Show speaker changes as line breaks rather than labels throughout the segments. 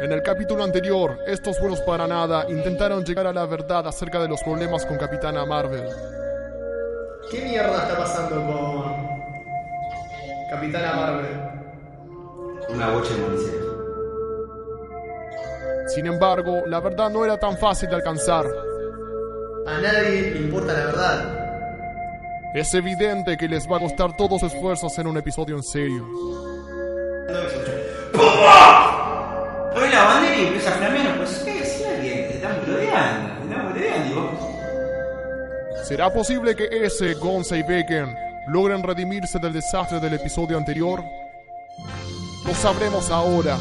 En el capítulo anterior, estos buenos para nada intentaron llegar a la verdad acerca de los problemas con Capitana Marvel.
¿Qué mierda está pasando con Capitana Marvel?
Una bocha de municiones.
Sin embargo, la verdad no era tan fácil de alcanzar.
A nadie le importa la verdad.
Es evidente que les va a costar todos sus esfuerzos en un episodio en serio.
Abre la bandera y empieza a flamear. Pues qué decía que te están boludeando, te están boludeando. Y vos,
¿Será posible que ese, Gonza y Bacon logren redimirse del desastre del episodio anterior? Lo sabremos ahora.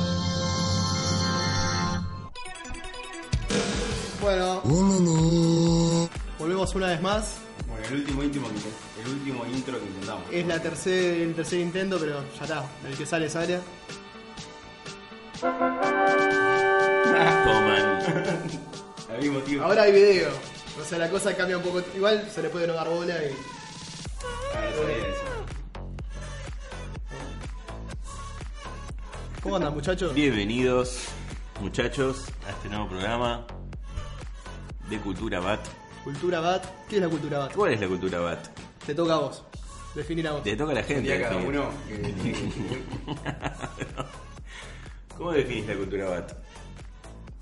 Bueno, volvemos una vez más.
Bueno, el último íntimo que intent- el último intro que intentamos.
Es la tercer, el tercer intento, pero ya está. El que sale, sale.
Toman. Al mismo tiempo.
Ahora hay video. O sea, la cosa cambia un poco. Igual se le puede no dar bola y.
Ah, eso era eso.
¿Cómo andan, muchachos?
Bienvenidos, muchachos, a este nuevo programa de Cultura Bat.
Cultura Bat. ¿Qué es la cultura Bat?
¿Cuál es la Cultura Bat?
Te toca a vos. Definir a vos.
Te toca a la gente.
Día cada
definir.
uno. que-
¿Cómo definís la Cultura Bat?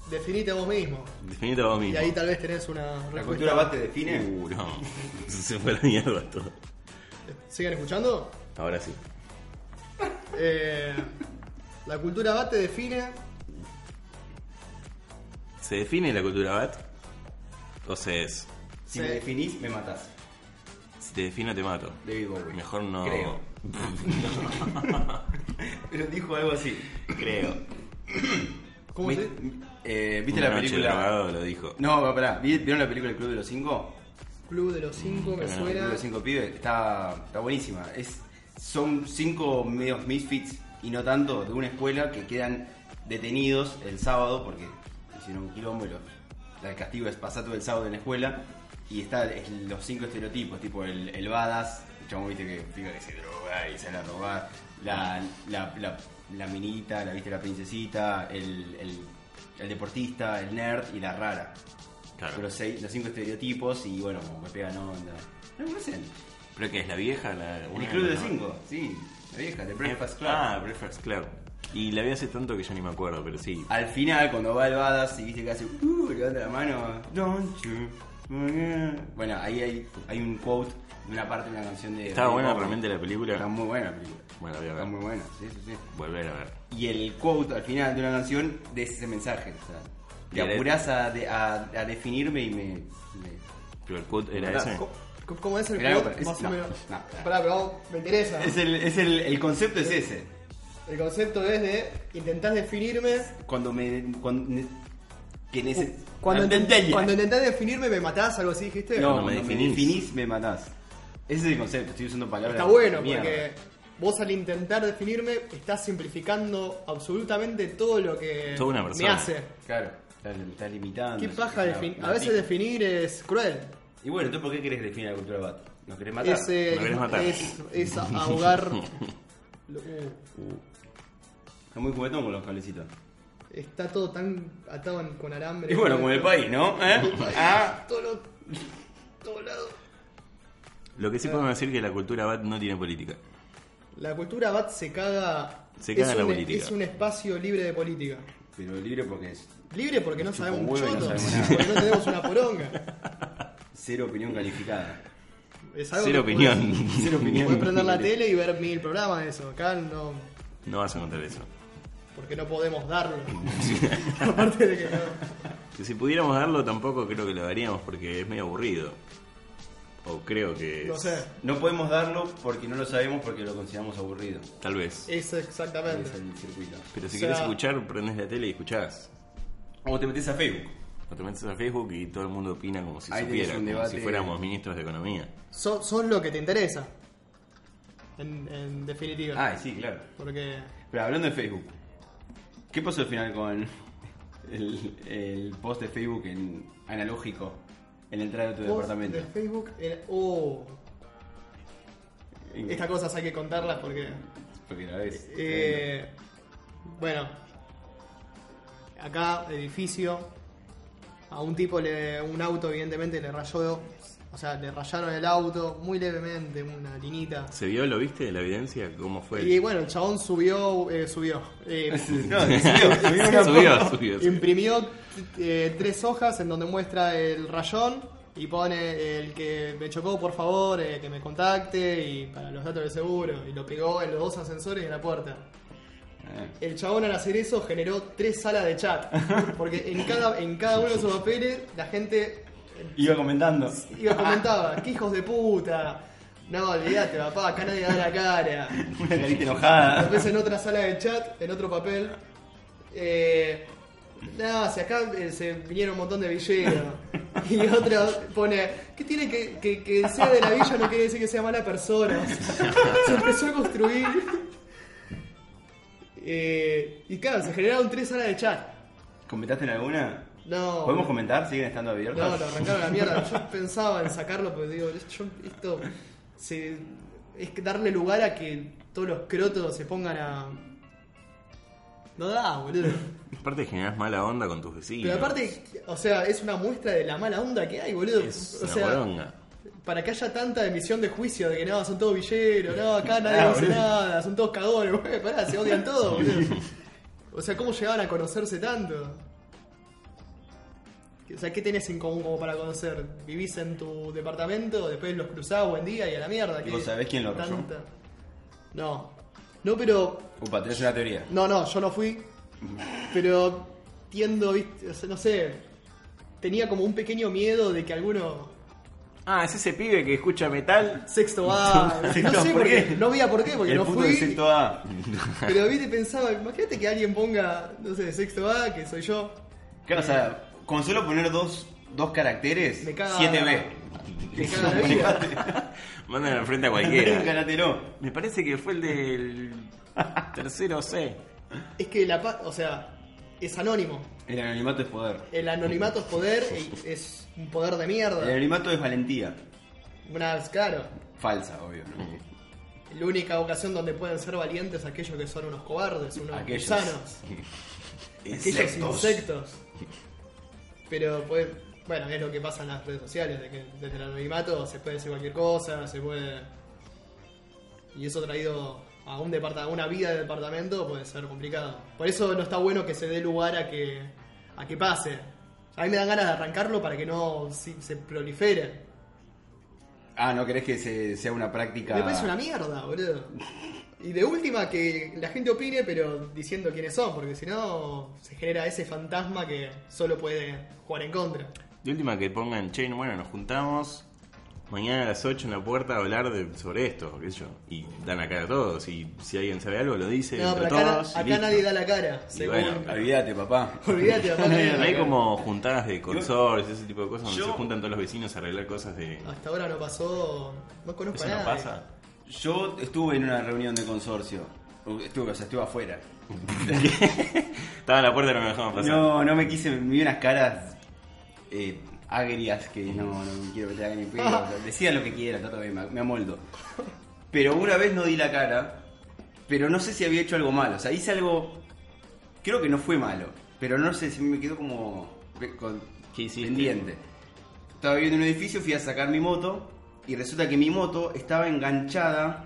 Definite a vos mismo.
Definite vos
Y
mismo.
ahí tal vez tenés una
La
respuesta.
cultura bate define.
Uh, no. Se fue la mierda todo.
¿Siguen escuchando?
Ahora sí.
Eh, la cultura Bat te E define.
¿Se define la Cultura Bat? O se es.
Si
se-
me definís, me matás.
Si te defino, te mato.
David Bowie.
Mejor no.
Creo. Pero dijo algo así.
Creo.
¿Cómo
Vi-
se
eh, ¿Viste
Una
la
noche
película?
drogado lo dijo.
No, pero pará, ¿vi- ¿vieron la película El Club de los Cinco?
Club de los cinco me
El
Bueno,
Club
suena.
de los Cinco Pibes, está, está buenísima. Es, son cinco medios misfits y no tanto de una escuela que quedan detenidos el sábado porque hicieron un quilombo y los, el castigo es pasar todo el sábado en la escuela. Y está es los cinco estereotipos, tipo el, el badass, el chabón viste que, piba que se droga y sale a robar, la, la, la, la minita, la viste la princesita, el, el, el deportista, el nerd y la rara.
Claro.
Pero seis- los cinco estereotipos y bueno, como me pegan onda. ¿No conocen?
¿Pero qué es? ¿La vieja? La,
El
una
club de
la-
los cinco, sí, la vieja, de Breakfast Club.
Ah, Breakfast Club. Y la vi hace tanto que ya ni me acuerdo, pero sí.
Al final, cuando va el Badass y viste que hace, uh, levanta la mano, don't you. forget". Bueno, ahí hay, hay un quote de una parte de una canción de.
Estaba
de
buena
Bowie.
realmente la película.
Está muy buena la película.
Bueno, voy a
Está
ver.
muy buena, sí, sí, sí.
Volver a ver.
Y el quote al final de una canción de ese mensaje, o sea,
Y
te
el-
apurás a, de- a, a definirme y me. me-
Pero el cut era
Claro.
ese.
Co- co- ¿Cómo es el
Mirá,
plot?
es-
Más o
no,
menos.
no.
Pará, pero vamos, me interesa.
Es el, es el, el concepto es ese.
El concepto es de intentás definirme.
Cuando me. Cuando, ne- que nece-
Cuando,
Ante-
intent- cuando intentás definirme me matás, algo así dijiste.
No,
Cuando
cuando
me
me
definís.
definís, me matás. Ese es el concepto, estoy usando palabras.
Está bueno
de mierda.
porque vos al intentar definirme estás simplificando absolutamente todo lo que
Toda una
me
persona.
hace.
Claro, estás, estás limitando.
Qué
es
paja
una-
definir.
una
A veces
pija.
definir es cruel.
Y bueno, ¿tú por qué querés definir la cultura bat? ¿Nos querés matar?
Es, eh,
Me querés matar.
es, es ahogar. lo- uh,
Está muy juguetón con los cablecitos.
está todo tan atado en- con alambre.
Y bueno, como el país, ¿no? ¿Eh? Ah.
Todo lo- todo lado.
Lo que sí podemos decir es que la cultura BAT no tiene política.
La cultura BAT se caga.
Se caga
es
la
un, e,
política.
Es un espacio libre de política.
Pero libre porque es
Libre porque no
Chupa
sabemos un
huevo y no
choto,
sabemos nada.
porque no tenemos una poronga.
cero opinión calificada.
Es algo
Cero
que
opinión.
Cero
Podés,
opinión.
podés prender la tele y ver mil programas de eso. Acá no.
No vas a encontrar eso.
Porque no podemos darlo. Aparte de que no.
Que si pudiéramos darlo tampoco creo que lo daríamos porque es medio aburrido. O creo que...
No
es-
sé.
No podemos darlo porque no lo sabemos porque lo consideramos aburrido.
Tal vez.
Es exactamente.
Es el circuito.
Pero si
Eh, o
querés
sea-
escuchar, prendes la tele y escuchás.
O te metes a Facebook.
O te metes a Facebook y todo el mundo opina como si
Ahí tenés
supiera,
un
como
debate-
si fuéramos ministros de economía.
Sos, sos lo que te interesa. En, en definitiva.
Ay, Ah, sí, claro.
Porque.
Pero hablando de Facebook, ¿qué pasó al final con el, el post de Facebook en analógico en la entrada de tu
post
departamento?
De Facebook era. Oh.
En-
Estas cosas hay que contarlas porque.
Porque la ves.
Eh, bueno. acá, edificio. A un tipo, le, un auto, evidentemente, le rayó. O sea, le rayaron el auto muy levemente, una linita.
¿Se vio, lo viste, la evidencia? ¿Cómo fue?
Y bueno, el chabón subió, eh, subió. eh,
No, subió, subió una
subió, subió, subió.
imprimió eh, tres hojas en donde muestra el rayón y pone el que me chocó, por favor, eh, que me contacte y para los datos de seguro. Y lo pegó en los dos ascensores y en la puerta. El chabón al hacer eso generó tres salas de chat. Porque en cada, en cada uno de esos papeles la gente
Iba comentando.
iba comentaba, qué hijos de puta. No, olvídate, papá, acá nadie da la cara.
Una carita enojada.
Después en otra sala de chat, en otro papel. Eh, no, si acá eh, se vinieron un montón de villeros. Y otro pone, ¿qué tiene que, que, que sea de la villa no quiere decir que sea mala persona? O sea, se empezó a construir. Eh, y claro, se generaron tres salas de chat.
¿Comentaste en alguna?
No.
¿Podemos comentar? ¿Siguen estando
No, lo
abiertas?
arrancaron a la mierda. Yo pensaba en sacarlo, pero digo, yo- esto se- es que darle lugar a que todos los crotos se pongan a. No da, boludo.
Aparte generás mala onda con tus vecinos.
Pero aparte, o sea, es una muestra de la mala onda que hay, boludo.
Es
o
una
sea,
poronga.
para que haya tanta emisión de juicio de que no, son todos villeros, no, acá
Ah,
nadie dice nada, son todos cagones, boludo. Pará, se odian todos, boludo. O sea, ¿cómo llegaban a conocerse tanto? O sea, ¿qué tenés en común como para conocer? ¿Vivís en tu departamento? Después los cruzás buen día y a la mierda.
¿Y
¿qué
vos sabés quién lo rayó?
tanta? No. No, pero.
Upa, tenés una teoría.
No, no, yo no fui. Pero tiendo, viste, o sea, no sé. Tenía como un pequeño miedo de que alguno.
Ah, es ese pibe que escucha metal.
Sexto A.
Sexto
no
A,
sé
¿por
por
qué?
qué. No veía por qué, porque
el
no
puto
fui.
del sexto A.
Pero viste, pensaba, imagínate que alguien ponga, no sé, sexto A, que soy yo.
Claro, o sea, con solo poner dos, dos caracteres,
Me caga-
7B.
Me caga la vida.
Mandan al frente a
Andate,
cualquiera.
encanatelo.
Me parece que fue el del tercero C.
Es que la pa- o sea, es anónimo.
El anonimato es poder.
El anonimato es poder, y es un poder de
El
mierda.
anonimato es valentía.
Una vez, claro.
Falsa, obvio. ¿no?
La única ocasión donde pueden ser valientes aquellos que son unos cobardes, unos
Aquellos.
gusanos, aquellos insectos. Pero pues, bueno, es lo que pasa en las redes sociales, de que desde el anonimato se puede decir cualquier cosa, se puede. Y eso traído a un departa- a una vida de departamento puede ser complicado. Por eso no está bueno que se dé lugar a que. a que pase. A mí me dan ganas de arrancarlo para que no si- se prolifere.
Ah, ¿no querés que se- sea una práctica?
Me parece una mierda, boludo. Y de última, que la gente opine, pero diciendo quiénes son, porque si no, se genera ese fantasma que solo puede jugar en contra.
De última que pongan, che, bueno, nos juntamos mañana a las 8 en la puerta a hablar de, sobre esto, qué sé yo. Y dan la cara a todos. Y si alguien sabe algo, lo dice
No,
entre
pero acá,
todos. y
acá
listo.
nadie da la cara, según.
bueno,
Olvídate, papá.
Olvídate, papá, nadie da
No
la
hay
cara.
como juntadas de consorcios, ese tipo de cosas donde
Yo-
se juntan todos los vecinos a arreglar cosas de.
Hasta ahora no pasó. No conozco
¿Eso
a
no
nadie.
pasa?
Yo estuve en una reunión de consorcio. Estuve, o sea, estuve afuera.
Estaba en la puerta y no me dejaban pasar.
No, no me quise, me vi unas caras eh, agrias que no, no me quiero meter acá ni en pedo. O sea, decían lo que quieran, está todo bien, me, me amoldo. Pero una vez no di la cara, pero no sé si había hecho algo malo. O sea, hice algo, creo que no fue malo, pero no sé, si me quedó como pe- con,
¿Qué hiciste?
pendiente. Estaba viviendo en un edificio, fui a sacar mi moto y resulta que mi moto estaba enganchada,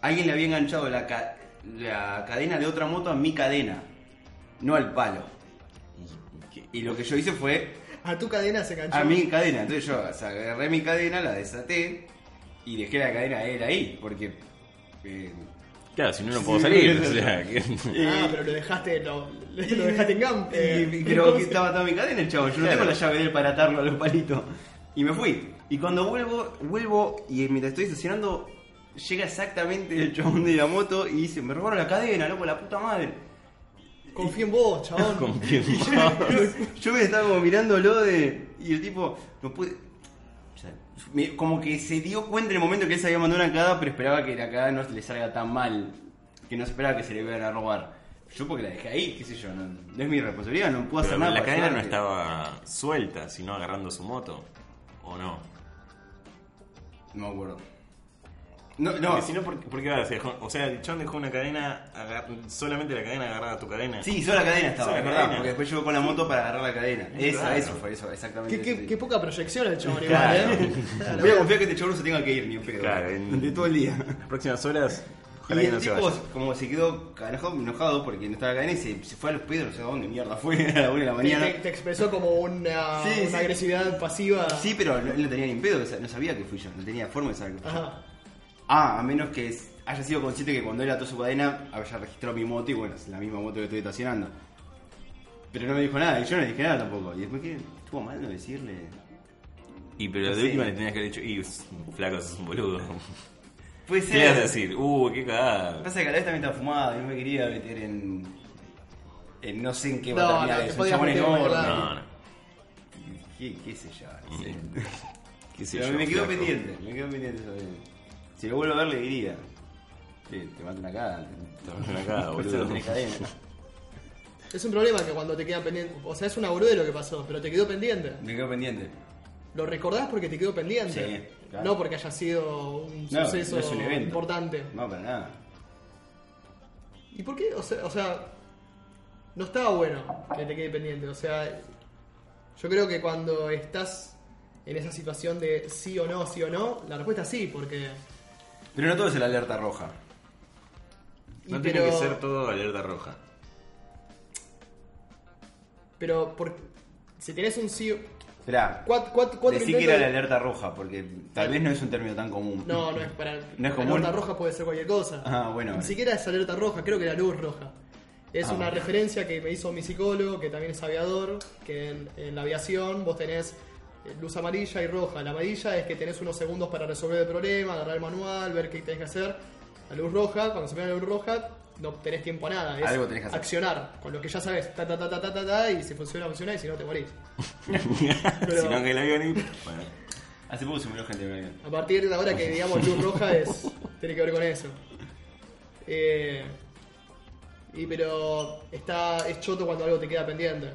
alguien le había enganchado la, ca- la cadena de otra moto a mi cadena, no al palo. Y lo que yo hice fue
A tu cadena se enganchó.
a mi cadena. Entonces yo o sea, agarré mi cadena, la desaté y dejé la cadena de él ahí. Porque. eh,
Claro, si no, no puedo
Sí,
salir.
sí,
o sea, que- eh,
Ah, pero eh, lo dejaste, lo, lo dejaste en camp.
y- y- pero que estaba toda mi cadena el chavo. Yo no tengo la llave de él para atarlo a los palitos. Y me fui. Y cuando vuelvo, vuelvo y mientras estoy estacionando, llega exactamente el chabón de la moto y dice: Me robaron la cadena, loco, la puta madre.
Confío en vos, chabón.
con quién
Yo me estaba como mirándolo de. Y el tipo, no pude. o sea, me- como que se dio cuenta en el momento que él se había mandado una cagada, pero esperaba que la cagada no le salga tan mal. Que no esperaba que se le vayan a robar. Yo porque la dejé ahí, qué sé yo, no, no es mi responsabilidad, no puedo hacer
Pero
nada.
la
para
cadena no
ayudarte.
estaba suelta, sino agarrando su moto. ¿O no?
No me acuerdo. No, no.
Porque si no, ¿por, por qué va a hacer? O sea, el chabón dejó una cadena, agar- solamente la cadena agarrada a tu cadena.
Sí, solo la cadena estaba,
Solo la
es verdad,
cadena.
porque después llegó con la moto para agarrar la cadena. Esa,
Claro.
eso fue, eso, exactamente.
Qué, qué-
eso, sí.
qué poca proyección el chabón
Claro.
igual, ¿eh? Claro.
Voy a confiar que este chabón no se tenga que ir, ni en pedo.
Claro, en-
Durante todo el día.
Las próximas horas, ojalá
Y
que no
el
se
tipo,
vaya.
como se quedó carajo, enojado porque no estaba la cadena y se, se fue a los pedos, no sé a dónde mierda fue, a la una de la
Te,
mañana.
te- te expresó como una,
Sí,
una
sí.
agresividad pasiva.
Sí, pero no, él no tenía ni en pedo, o sea, no sabía que fui yo, no tenía forma de saber que fui yo.
Ajá.
Ah, a menos que es- haya sido consciente que cuando él ató su cadena, había registrado mi moto y bueno, es la misma moto que estoy estacionando. Pero no me dijo nada, y yo no le dije nada tampoco. Y después que estuvo mal no decirle.
Y pero de
Sí.
última le tenías que haber dicho, y s- flaco, sos un boludo.
Puede
¿Qué le vas a
ser.
decir? Uh, qué
Lo que
cagada.
Pasa es que a la vez también estaba fumada y no me quería meter en. en no sé en qué
No,
va a terminar
no, te
eso. Un
podías
chabón
meter en
enorme.
cualquier
No, no.
¿Qué, qué sé yo? no sé.
¿Qué sé
Pero
yo,
me quedo
flaco.
pendiente, me quedo pendiente eso de- Si lo vuelvo a ver, le diría. Te, te mato una cara.
Te mato una cagada,
Por eso no
boludo.
tenés cadena.
Es un problema que cuando te quedan pendientes. O sea, es una de lo que pasó, pero te quedó pendiente.
Me quedo pendiente.
Lo recordás porque te quedó pendiente.
Sí, claro.
No porque haya sido un
No,
suceso
no es un evento.
importante.
No, para nada.
¿Y por qué? O sea, o sea, no estaba bueno que te quede pendiente. O sea, yo creo que cuando estás en esa situación de sí o no, sí o no, la respuesta es sí, porque.
Pero no todo es el alerta roja.
y
No
pero-
tiene que ser todo alerta roja.
Pero por- si tenés un sí.
Esperá.
Cuatro, cuatro, cuatro
Decí que
intentos
era la
de-
alerta roja, porque tal vez no es un término tan común.
No, no es para.
No es
la
común.
Alerta roja puede ser cualquier cosa.
Ah, bueno.
Ni siquiera es alerta roja, creo que era luz roja. Es
Ah.
una referencia que me hizo mi psicólogo, que también es aviador, que en, en la aviación vos tenés eh, luz amarilla y roja. La amarilla es que tenés unos segundos para resolver el problema, agarrar el manual, ver qué tenés que hacer. La luz roja, cuando se pega la luz roja, no tenés tiempo a nada. Es
Algo tenés que hacer.
accionar, con lo que ya sabes, ta ta ta ta ta ta, ta, y si funciona, funciona, y si no, te morís.
si no que el avión y... Bueno,
Hace poco se murió gente en un avión.
A partir de ahora que digamos luz roja es. tiene que ver con eso. Eh, y pero está. es choto cuando algo te queda pendiente.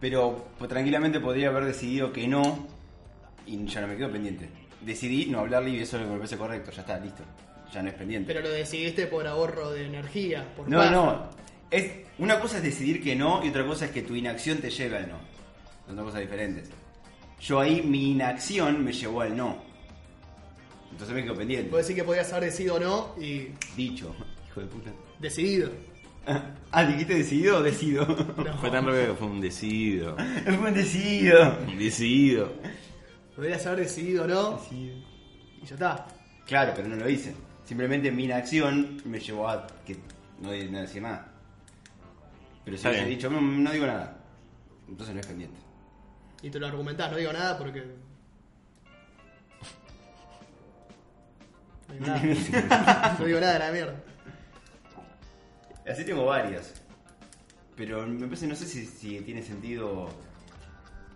Pero pues, tranquilamente podría haber decidido que no y ya no me quedo pendiente. Decidí no hablarle y eso es lo que me parece correcto, ya está, listo. Ya no es pendiente.
Pero lo decidiste por ahorro de energía, por
no,
paz.
no. Es, una cosa es decidir que no y otra cosa es que tu inacción te lleve al no. Son dos cosas diferentes. Yo ahí mi inacción me llevó al no. Entonces me quedo pendiente.
Vos decís que podías haber decidido no y
Dicho, hijo de puta.
decidido.
Ah, dijiste decidido o decido.
No.
Fue tan rápido que fue un decidido.
Es un decidido.
Un decidido.
Podrías haber decidido no y ya está.
Claro, pero no lo hice. Simplemente mi inacción me llevó a que no, no decía nada. Pero si
Está
hubiese
bien.
dicho, no, no digo nada. Entonces no es pendiente.
Y te lo argumentás, no digo nada porque. No digo nada. no digo nada de la mierda.
Así tengo varias. Pero me parece, no sé si, si tiene sentido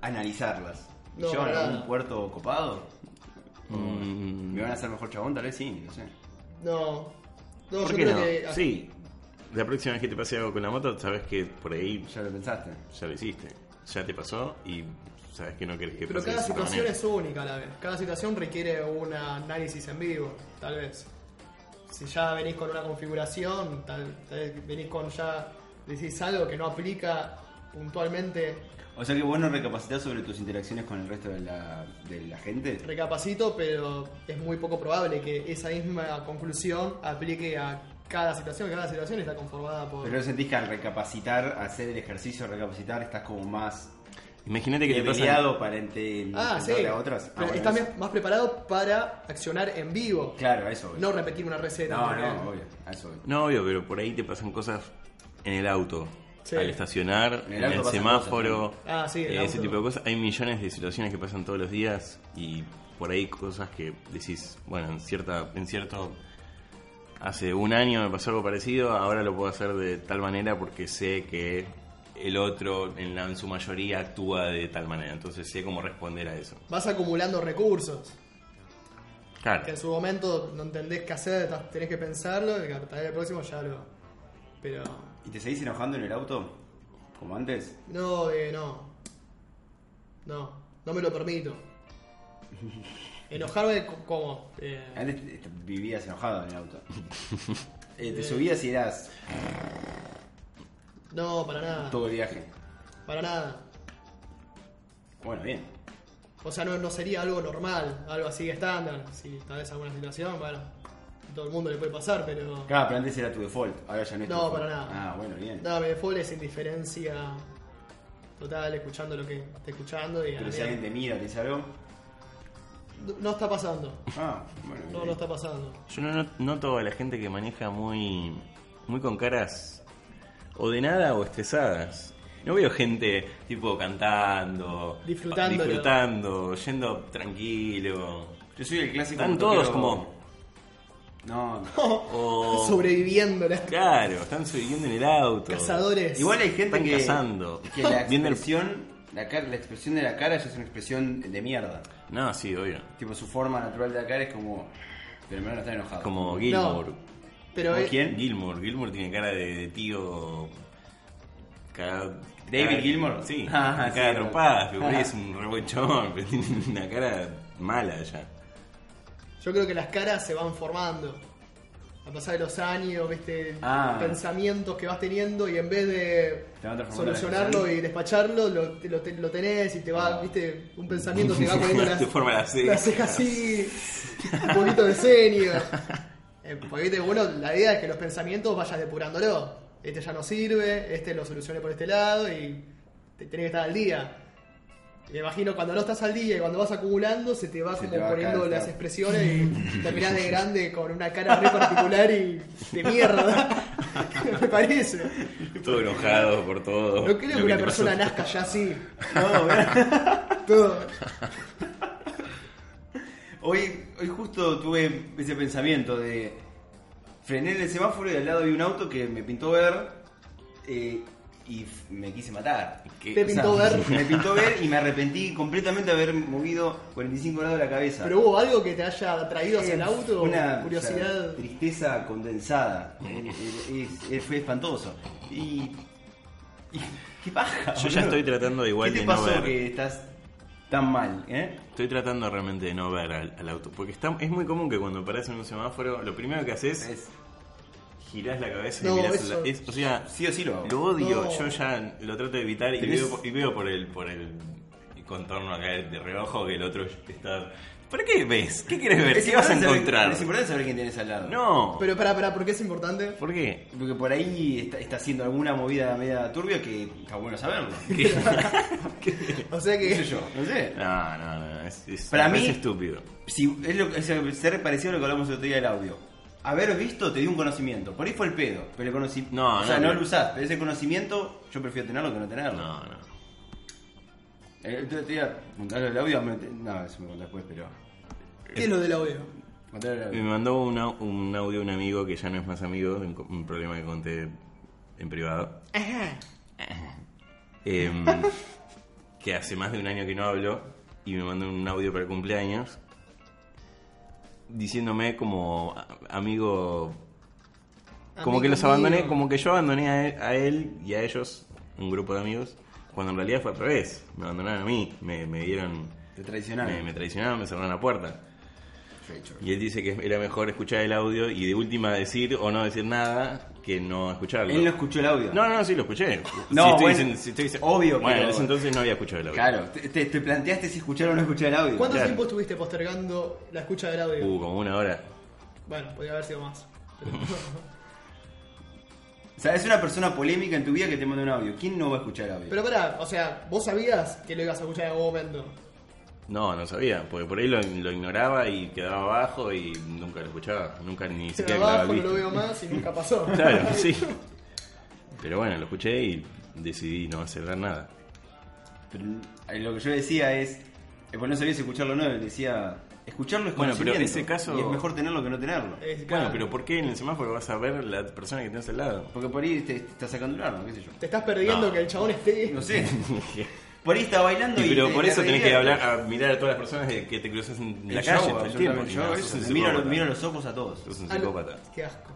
analizarlas.
No,
¿Llevan
para
a algún
nada.
puerto copado? ¿O
Mm.
¿Me van a hacer mejor chabón? Tal vez sí, no sé.
No. No, yo
¿Por qué
creo
no?
que. ah,
Sí. La próxima vez que te pase algo con la moto, sabes que por ahí
Ya lo pensaste.
ya lo hiciste. Ya te pasó y sabes que no querés que
Pero
pase.
cada
de cierta
situación
manera.
es única a la vez. Cada situación requiere un análisis en vivo, tal vez. Si ya venís con una configuración, tal, tal vez venís con ya. decís algo que no aplica puntualmente,
O sea que vos no recapacitas sobre tus interacciones con el resto de la, de la gente.
recapacito, pero es muy poco probable que esa misma conclusión aplique a cada situación. Cada situación está conformada por.
Pero no sentís que al recapacitar, hacer el ejercicio, recapacitar, estás como más
Imagínate que te pasa.
peleado para ente-
ah, sí.
enfrentarte a otras. Ah,
Pero
bueno,
estás
eso.
más preparado para accionar en vivo,
Claro, a eso. voy.
no repetir una receta.
no,
¿entendés?
no, obvio. a eso voy.
No, obvio, pero por ahí te pasan cosas en el auto.
Sí.
Al estacionar,
En
en
el
el,
auto pasan
semáforo,
cosas, ¿no? Ah, sí, el
eh, ese
auto.
tipo de cosas. Hay millones de situaciones que pasan todos los días y por ahí cosas que decís, bueno, en cierta, en cierto, hace un año me pasó algo parecido, ahora lo puedo hacer de tal manera porque sé que el otro en, la- en su mayoría actúa de tal manera, entonces sé cómo responder a eso.
Vas acumulando recursos.
Claro.
que en su momento no entendés qué hacer, estás- tenés que pensarlo, y que tal vez el próximo ya lo. Pero.
¿Y te seguís enojando en el auto? Como antes.
No, eh, no. No, no me lo permito. Enojarme co- como. eh,
Antes te- te- vivías enojado en el auto. Eh, te subías y eras
no, para nada.
todo el viaje.
Para nada.
Bueno, bien.
O sea, no, no sería algo normal, algo así estándar. Si tal vez alguna situación, bueno, todo el mundo le puede pasar, pero.
Claro, pero antes era tu default, ahora ya no es tu
No,
default.
para nada.
Ah, bueno, bien.
No, mi default es indiferencia total, escuchando lo que esté escuchando y a la
Pero si
mierda.
alguien te mira, te dice algo.
No- No está pasando.
Ah, bueno.
No,
bien.
no está pasando.
Yo no not- noto a la gente que maneja muy, muy con caras o de nada o estresadas. No veo gente tipo cantando,
Disfrutándolo.
disfrutando, yendo tranquilo.
Yo soy el clásico.
Están todos
motoquero-
como,
No. Oh.
o-
Sobreviviendo la
claro, están subiendo en el auto.
Cazadores.
Igual hay gente
Están
que.
cazando.
Que la
Viendo el-
expresión, la, cara- la expresión de la cara ya es una expresión de mierda.
No, sí, obvio.
Tipo, su forma natural de la cara es como. Pero no está enojado.
Como Gilmour.
Pero eh,
¿O
es-
quién?
Gilmour, Gilmour tiene cara de, de tío. cara-
¿David
cara-
Gilmour?
Sí,
Ah,
cara
sí,
de
claro.
trompadas, pero por ahí es un rebochón, pero tiene una cara mala ya.
yo creo que las caras se van formando. A pasar de los años, viste,
Ah.
pensamientos que vas teniendo y en vez de
Te van transformando
solucionarlo
la
y despacharlo, lo, te- lo, te- lo tenés y te va,
Ah.
viste, un pensamiento te va poniendo las,
Te forma la ceja.
la ceja así, un poquito de ceño. Eh, Porque viste, bueno, la idea es que los pensamientos vayas depurándolo. Este ya no sirve, este lo solucioné por este lado y te, tenés que estar al día. Me imagino cuando no estás al día y cuando vas acumulando se te va
Se
como
te va
poniendo
acá,
las
claro.
expresiones y terminás de grande con una cara re particular y de mierda. Me parece.
Todo enojado por todo.
No creo que una persona
nada
nazca ya así.
No, mira.
Todo.
hoy, hoy justo tuve ese pensamiento de. Frené en el semáforo y al lado vi un auto que me pintó ver. eh, y f- me quise matar.
Te pintó ver.
Me pintó ver y me arrepentí completamente de haber movido 45 grados la cabeza.
Pero hubo algo que te haya traído hacia el auto,
Eh, Una o
curiosidad.
sea, tristeza condensada. Es- es- es- fue espantoso. Y. y- ¡Qué paja!
Yo ya
boludo.
estoy tratando igual
¿Qué te
de no
pasó
ver.
que estás tan mal? ¿eh?
Estoy tratando realmente de no ver al, al auto. Porque está, es muy común que cuando parás en un semáforo, lo primero que haces es
Es-
girás la cabeza
No,
y mirás
eso-
la- es- O sea,
sí o sí lo hago.
Lo odio,
No.
yo ya lo trato de evitar y
Tenés-
veo, y veo por el por el contorno acá de reojo que el otro está. ¿Para qué ves? ¿Qué quieres ver? ¿Qué vas a
importante saber-
encontrar?
es importante saber quién tienes al lado.
No.
Pero pará, pará, ¿por qué es importante?
¿Por qué?
Porque por ahí está, está haciendo alguna movida media turbia que está bueno saberlo.
¿Qué?
O sea
¿Qué sé
que.
yo? No sé.
no, no, no. Es, es-
Para
me parece
mí-
estúpido.
Si es lo, es ser parecido a lo que hablamos el otro día del audio. Haber visto te dio un conocimiento. Por ahí fue el pedo. Pero el conocimiento.
No,
o sea,
no,
no,
pero-
lo usás. Pero ese conocimiento yo prefiero tenerlo que no tenerlo. Eh,
No, no.
El otro día, contarle el audio. me- No, eso me contás después, pero.
¿Qué es lo del audio?
Contarle el
Me
audio.
mandó un, au- un audio un amigo que ya no es más amigo, un, co- un problema que conté en privado. Em, que hace más de un año que no hablo y me mandó un audio para el cumpleaños diciéndome como a- amigo, como que los
Amigo mío.
abandoné, como que yo abandoné a él, a él y a ellos, un grupo de amigos, cuando en realidad fue al revés, me abandonaron a mí, me, me dieron,
Te traicionaron.
me, me traicionaron, me cerraron la puerta.
Traitor.
Y él dice que era mejor escuchar el audio y de última decir o no decir nada que no escucharlo.
Él no escuchó el audio.
No, no, sí, lo escuché.
No,
Si estoy
bueno,
diciendo- si estoy diciendo-
obvio,
Bueno,
pero-
en ese entonces no había escuchado el audio.
Claro, te, te- te planteaste si escuchar o no escuchar el audio.
¿Cuánto
Claro.
tiempo estuviste postergando la escucha del audio?
Uh, como una hora.
Bueno, podría haber sido más.
O sea, es una persona polémica en tu vida que te manda un audio. ¿Quién no va a escuchar el audio?
Pero pará, o sea, vos sabías que lo ibas a escuchar en algún momento.
No, no sabía, porque por ahí lo, lo ignoraba y quedaba abajo y nunca lo escuchaba. Nunca ni
Se
siquiera
me
lo
va,
había
no lo
visto.
veo más y nunca pasó.
Claro, sí. Pero bueno, lo escuché y decidí no hacer nada.
Pero, eh, lo que yo decía es. eh, Pues no sabías escucharlo o no, decía. Escucharlo es
Bueno, pero en
conocimiento,
ese caso-
Y es mejor tenerlo que no tenerlo.
Es-
Bueno,
claro,
pero ¿por qué en el semáforo vas a ver la persona que tenés al lado?
Porque por ahí te, te está sacando un arma, qué sé yo.
Te estás perdiendo
No.
que el chabón esté.
No sé. por ahí está bailando
Sí,
y.
pero
te-
por
te
eso tenés que
reviertes.
hablar a mirar a todas las personas que que te cruzas en
El
la calle
show,
todo el
yo
tiempo.
también, yo hago
Sos
eso,
un
te miro,
psicópata.
miro los ojos a todos.
Sos un
Ah, no.
psicópata.
Qué asco.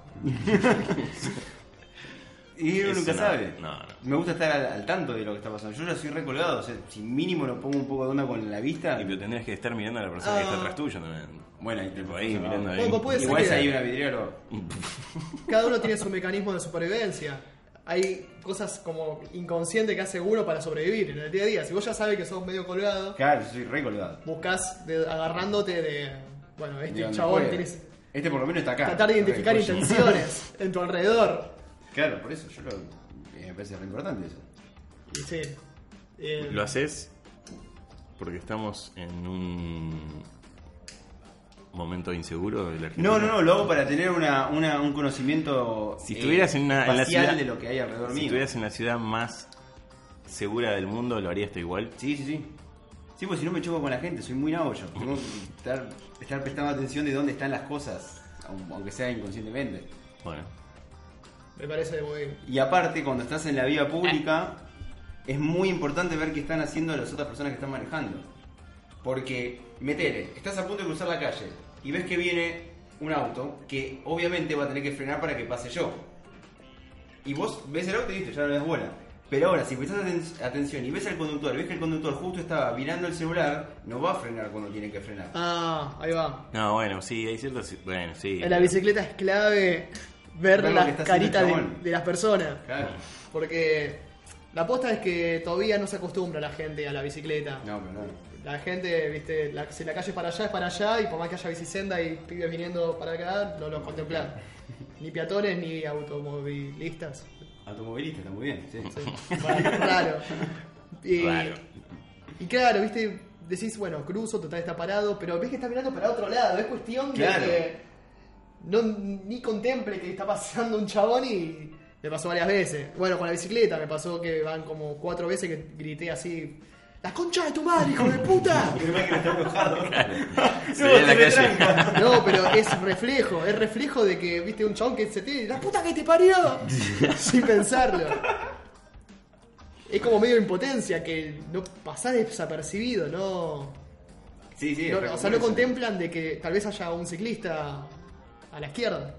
Y uno
Eso
nunca
no,
sabe.
no, no.
Me gusta estar al, al tanto de lo que está pasando. Yo ya soy recolgado, o sea, si mínimo lo pongo un poco de onda con la vista.
Y pero tendrías que estar mirando a la persona que
Ah.
está atrás tuyo también.
Bueno, ahí te
Tipo ahí, mirando ahí.
Bueno, puede ser
Igual
que-
si hay una vidriera lo.
Cada uno tiene su mecanismo de supervivencia. Hay cosas como inconscientes que hace uno para sobrevivir en el día a día. Si vos ya sabes que sos medio colgado,
Claro, yo soy recolgado.
buscas de- agarrándote de. Bueno,
De
este
donde
chabón
pueda.
tienes.
Este por lo menos está acá.
Tratar de identificar
Re-
intenciones en tu alrededor.
Claro, por eso yo lo. eh, Me parece re importante eso.
Y Sí. Eh,
Lo haces porque estamos en un momento inseguro de la Argentina.
No, no, no, lo hago para tener una, una- un conocimiento. eh,
Si estuvieras en una- en la
parcial
ciudad-
de lo que hay alrededor
Si
mío.
estuvieras en la ciudad más segura del mundo, lo harías tú igual.
Sí, sí, sí. Sí, pues si no me choco con la gente, soy muy nabo yo. Tengo que estar, estar prestando atención de dónde están las cosas, aun- aunque sea inconscientemente.
Bueno,
me parece muy.
Y aparte, cuando estás en la vía pública, es muy importante ver qué están haciendo las otras personas que están manejando. Porque, metele, estás a punto de cruzar la calle y ves que viene un auto que obviamente va a tener que frenar para que pase yo. Y vos ves el auto y listo, ya no es bola. Pero ahora, si prestás aten- atención y ves al conductor, y ves que el conductor justo estaba mirando el celular, no va a frenar cuando tiene que frenar.
Ah, ahí va.
no, bueno, sí, hay ciertos. Bueno, sí.
En la bicicleta es clave ver
Ver lo que
las
está haciendo el
caritas de,
chabón.
de las personas.
Claro.
Porque la aposta es que todavía no se acostumbra la gente a la bicicleta.
No, pero no.
La gente, viste, la, si la calle es para allá es para allá y por más que haya bicicenda y pibes viniendo para acá, no los contemplar. Ni peatones ni automovilistas.
Automovilista, está muy bien. sí.
Sí. Raro. Y,
Raro.
y claro, viste, decís, bueno, cruzo, total está parado, pero ves que está mirando para otro lado. Es cuestión
Claro.
de que no, ni contemple que está pasando un chabón y me pasó varias veces. Bueno, con la bicicleta me pasó que van como cuatro veces que grité así. ¡La concha de tu madre, hijo de puta!
Se ve en la
se me
calle.
No, pero es reflejo, es reflejo de que viste un chabón que se te. ¡La puta que te parió! Sin pensarlo. Es como medio impotencia que no pasar desapercibido, no.
Sí, sí.
no-
es
o sea, no
recurso.
contemplan de que tal vez haya un ciclista a la izquierda.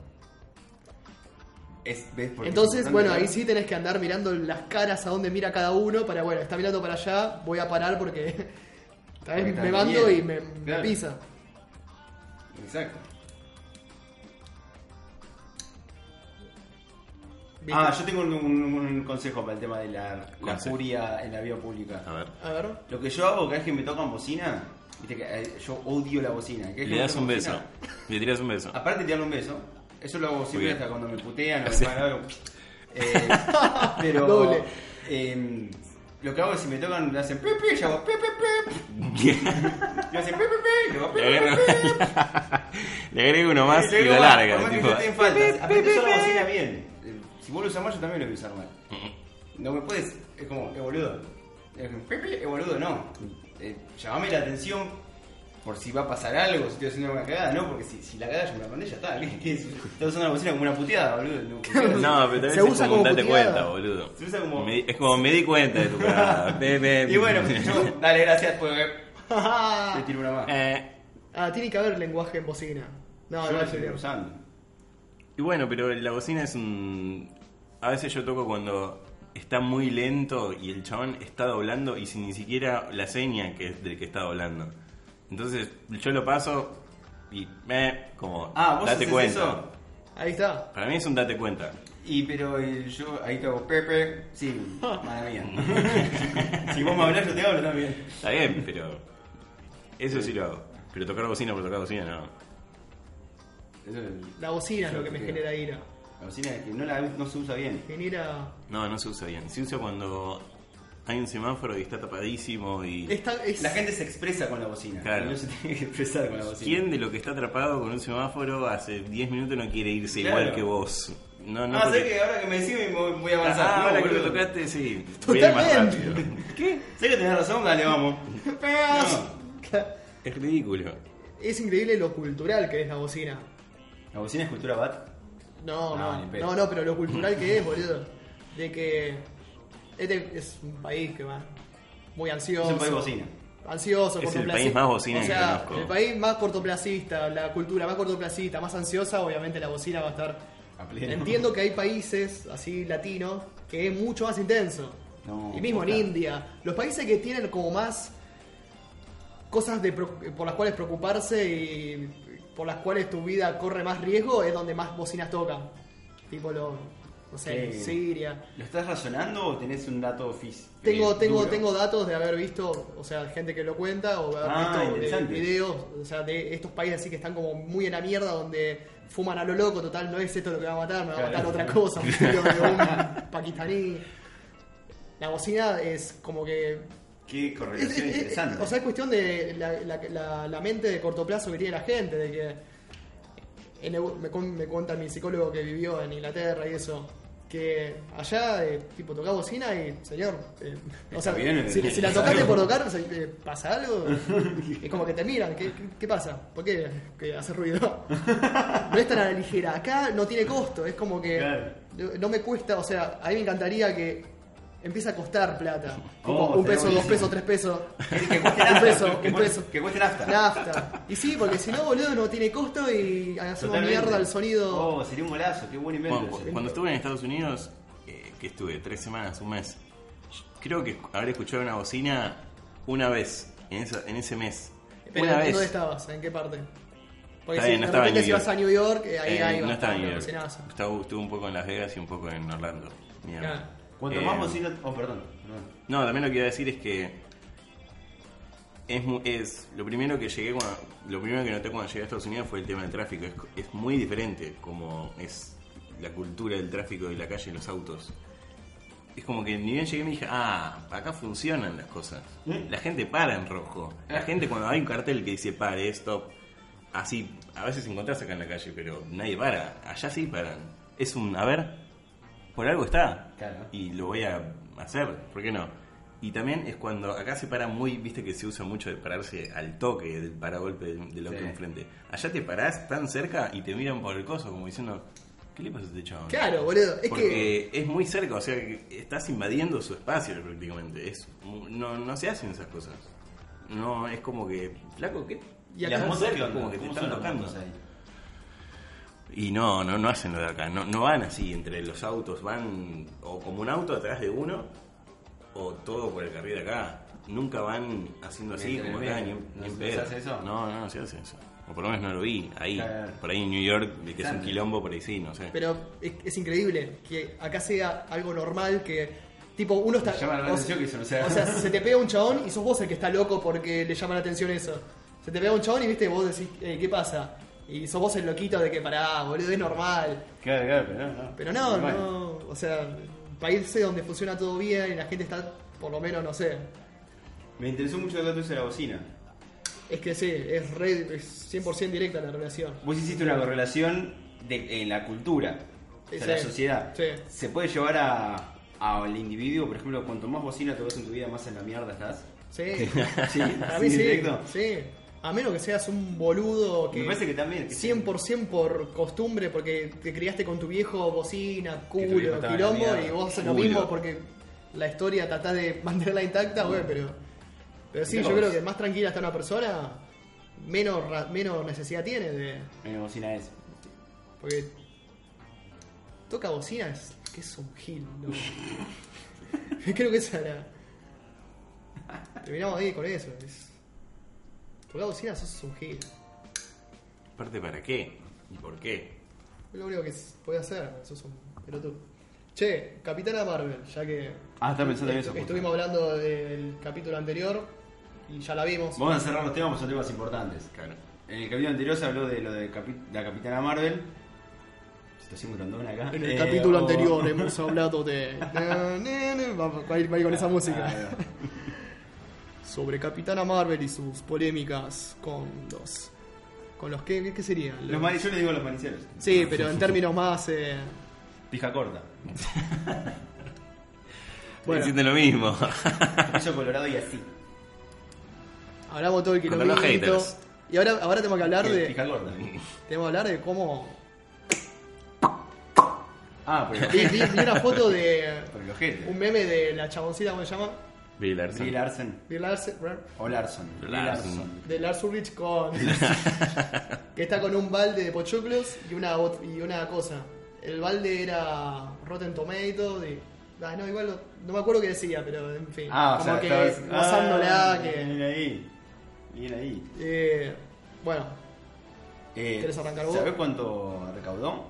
Es- ves, porque es
Entonces,
importante
bueno,
ver-
ahí sí tenés que andar mirando las caras a dónde mira cada uno para, bueno, está mirando para allá, voy a parar porque tal
Porque
vez
está
me mando y
bien,
me, me
claro.
pisa.
Exacto.
¿Viste?
Ah, yo tengo un, un- un consejo para el tema de la, la
Consejo.
furia en la vía pública.
A ver.
A ver.
Lo que yo hago cada vez que me tocan bocina, viste que eh, yo odio la bocina. Cada vez que
Le
me
das
tocan
un
bocina,
beso. Le tiras un beso.
Aparte de darle un beso, eso lo hago siempre
bien.
hasta cuando me putean o
Sí.
me pagan algo. Eh, pero
Doble.
eh, lo que hago es si me tocan, le hacen pepe, yo hago pepe, pepe, le hacen pepe, pepe, yo hago
Le
pepe,
agrego, le agrego uno más y
Luego,
lo
por
larga.
más que
tipo,
yo esté en faltas. Aparte, yo la bocina bien. Eh, Si vos lo usás mal, yo también lo voy a usar mal. No me puedes. Es como, eh, boludo. Eh, Pepe, eh, boludo, no. Eh, llamame la atención por si va a pasar algo, si estoy haciendo alguna cagada, no, porque si, si la cagada yo me la mandé, ya está. ¿Qué, qué es? Estás usando la bocina como una puteada, boludo. No,
No, pero también
Se
es
usa
como
como
un date
puteada.
cuenta, boludo.
Se usa como-
Me- es como me di cuenta de tu cagada. Ve, ve.
Y bueno, yo, dale, gracias, pues. eh, Te tiro una más.
eh. Eh,
Ah, tiene que haber lenguaje en bocina. No,
yo
no,
la
no,
estoy
no.
usando.
Y bueno, pero la bocina es un... A veces yo toco cuando está muy lento y el chabón está doblando y sin ni siquiera la seña que es del que está doblando. Entonces yo lo paso y me... Como...
Ah, vos
date
haces
cuenta.
eso.
Ahí está.
Para mí es un date cuenta.
Y pero eh, yo ahí te hago Pepe, sí, madre mía. si vos me hablas, yo te hablo también.
Está bien, pero... Eso sí lo hago. Pero tocar bocina por tocar bocina, no.
Eso es-
La bocina es lo que me
Sí.
genera ira.
la bocina es que no, la, no se usa bien.
Genera.
No, no se usa bien. Se usa cuando hay un semáforo y está tapadísimo y...
Esta, es,
La gente se expresa con la bocina.
Claro.
No se tiene que expresar con la bocina.
¿Quién de lo que está atrapado con un semáforo hace 10 minutos no quiere irse
Claro.
igual que vos? No, no.
ah,
porque-
sé que ahora que me decís me voy- voy a
Ah,
avanzar. No,
ahora que lo
boludo.
tocaste, sí. voy a ir más
Totalmente.
rápido.
Sé que tenés razón, dale, vamos. No,
Es ridículo.
es increíble lo cultural que es la bocina.
La bocina es cultura bat.
No,
No,
no.
ni
No,
pedo.
no, pero lo cultural que es, boludo. De que. Este es un país que va. Muy ansioso.
Es un país bocina.
Ansioso,
Es el
cortoplacista.
país más bocina
o
que
sea,
conozco.
El país más cortoplacista, la cultura más cortoplacista, más ansiosa, obviamente la bocina va a estar
A pleno.
Entiendo que hay países así latinos que es mucho más intenso.
No,
y mismo
claro.
en India. Los países que tienen como más cosas de, pro- por las cuales preocuparse y por las cuales tu vida corre más riesgo es donde más bocinas tocan. Tipo lo, no sé,
Sí.
Siria.
¿Lo estás razonando o tenés un dato físico?
Tengo, tengo, tengo datos de haber visto, o sea, gente que lo cuenta o haber
Ah,
visto eh,
interesante.
videos, o sea, de estos países así que están como muy en la mierda donde fuman a lo loco, total, no es esto lo que va a matar, me va a
Claro.
matar otra cosa, un tiro de un pakistaní. La bocina es como que...
Qué
es- es-
correlación
es-
interesante.
o sea, es cuestión de la, la- la- la mente de corto plazo que tiene la gente, de que... en Eu- me, con- me cuenta mi psicólogo que vivió en Inglaterra y eso. Que allá, eh, tipo, tocaba bocina y, señor, eh, o sea,
Está bien,
si,
eh,
si la
pasa
tocaste
algo.
por tocar, se- eh, ¿pasa algo? Es como que te miran, ¿qué, qué- qué pasa? ¿Por qué que hace ruido? No es tan a la ligera, acá no tiene costo, es como que
Claro.
no no me cuesta, o sea, a mí me encantaría que empiece a costar plata. Tipo,
Oh,
un peso,
estaría
dos
buenísimo.
pesos, tres pesos.
que cueste
un
nafta,
peso,
que
un
cueste-
peso.
que cueste nafta.
Nafta. Y sí, porque si no, boludo, no tiene costo y hacemos
Totalmente.
mierda el sonido.
Oh, sería un golazo, qué buen invento.
Bueno, cu-
ese.
cuando estuve en Estados Unidos, eh, que estuve tres semanas, un mes, creo que haber escuchado una bocina una vez en, esa- en ese mes.
Pero,
una
¿dónde
vez.
estabas? ¿En qué parte? Porque
Está
si
bien,
de
no estaba en
repente
New
si
York.
vas a New York, eh, ahí
Eh,
hay
no estaba en
bastante
New York.
bocinazo.
Estaba- estuve un poco en Las Vegas y un poco en Orlando. Mierda.
Claro.
Cuanto
Eh,
más bocina. Oh, perdón. No.
No, también lo que iba a decir es que es, mu- es lo primero que llegué cuando- lo primero que noté cuando llegué a Estados Unidos fue el tema del tráfico. Es, co- es muy diferente como es la cultura del tráfico de la calle y los autos. Es como que ni bien llegué me dije, ah, acá funcionan las cosas. La gente para en rojo. La gente cuando hay un cartel que dice pare, stop, así, a veces encontrás acá en la calle, pero nadie para. Allá sí paran. Es un, a ver, por algo está.
Claro.
Y lo voy a hacer, ¿por qué no? Y también es cuando acá se para muy, viste que se usa mucho de pararse al toque del paragolpe del, del auto
Sí.
enfrente. Allá te parás tan cerca y te miran por el coso como diciendo, ¿qué le pasa a este chabón?
Claro, boludo. Es que.
Porque es muy cerca, o sea, que estás invadiendo su espacio prácticamente. Es, mu- no, no se hacen esas cosas. No, es como que, flaco, ¿qué?
Y acá
Las
no
motos
sé
qué
es
onda?
como que te
¿Cómo
están
son las
tocando.
motos ahí?
Y no, no, no hacen lo de acá, no, no van así entre los autos, van o como un auto atrás de uno o todo por el carril de acá. Nunca van haciendo así
Entre
como
el
acá, ni,
medio.
en-
¿No
ni en
se-
pedo.
se hace eso?
No, no, no se hace eso. O por lo menos no lo vi ahí.
Claro.
Por ahí en New York, de que es un
Interesante.
quilombo, por ahí sí, no sé.
Pero es, es increíble que acá sea algo normal que. Tipo, uno está.
Me llama la
o
atención
se-
que eso no sea-
O sea, se te pega un chabón y sos vos el que está loco porque le llama la atención eso. Se te pega un chabón y viste, vos decís, eh, ¿qué pasa? Y sos vos el loquito de que pará, boludo, es normal.
Claro, claro, pero no. no.
Pero no,
Bueno.
no. O sea, países donde funciona todo bien y la gente está, por lo menos, no sé.
Me interesó mucho el dato ese de la bocina.
Es que sí, es, re, es 100% directa la relación.
Vos hiciste una correlación de, en la cultura, o sea,
Sí.
la sociedad.
Sí.
Se puede llevar a al individuo, por ejemplo, cuanto más bocina te vas en tu vida, más en la mierda estás.
Sí.
Sí,
Para
así
mí sí,
directo.
sí. A menos que seas un boludo que.
Me parece que también, que sí.
100% por costumbre, porque te criaste con tu viejo bocina,
Que tu viejo
culo,
estaba en
quilombo,
la
y vos haces lo
Culo.
mismo porque la historia tratás de mantenerla intacta, güey, pero. Pero sí, yo
Mirá vos.
creo que más tranquila está una persona, menos, ra- menos necesidad tiene de.
Menos bocina es.
Porque. Toca bocina es. que es un gil, loco. Creo que esa era. Terminamos ahí con eso. es- Toca bocina sos un gil.
Aparte, ¿para qué? ¿Y por qué?
Es lo único que s- podés hacer, sos un pelotudo. Che, Capitana Marvel, ya que.
Ah, estaba pensando en eso. justo.
Estuvimos hablando del capítulo anterior y ya la vimos.
Vamos a cerrar los temas, porque son temas importantes.
Claro.
En el capítulo anterior se habló de lo de capi- la Capitana Marvel. Situación grandona acá.
En el
Eh,
capítulo
o-
anterior hemos hablado de. Na, na, na, Vamos va a ir va a ir con esa música.
Ah, no.
sobre Capitana Marvel y sus polémicas con los. con los que. ¿Qué serían?
Los mani- yo le digo a los maniceros.
Sí, pero en términos más. eh,
Pija corta.
Bueno.
Diciendo lo mismo.
Eso colorado y así.
hablamos todo el
Contra los
kilómetro.
haters.
Y ahora, ahora tenemos que hablar de.
Pija corta.
Tenemos que hablar de cómo.
Ah, pero.
Vi, vi- vi una foto de.
Pero el ojete.
un meme de la chaboncita, ¿cómo se llama?
Bill Larson.
Bill Larson.
De Lars,
O Larson. Bill
Larson.
Larson.
de Lars Ulrich con. que está con un balde de pochoclos y una, bot- y una cosa. El balde era Rotten Tomatoes y. ah, no, igual lo- no me acuerdo qué decía, pero en fin.
Ah, o
como
sea,
que
estabas-
basándola
Ah, Bien
que.
ahí. Bien ahí.
eh, bueno,
Eh,
¿Querés arrancar vos?
¿Sabés cuánto recaudó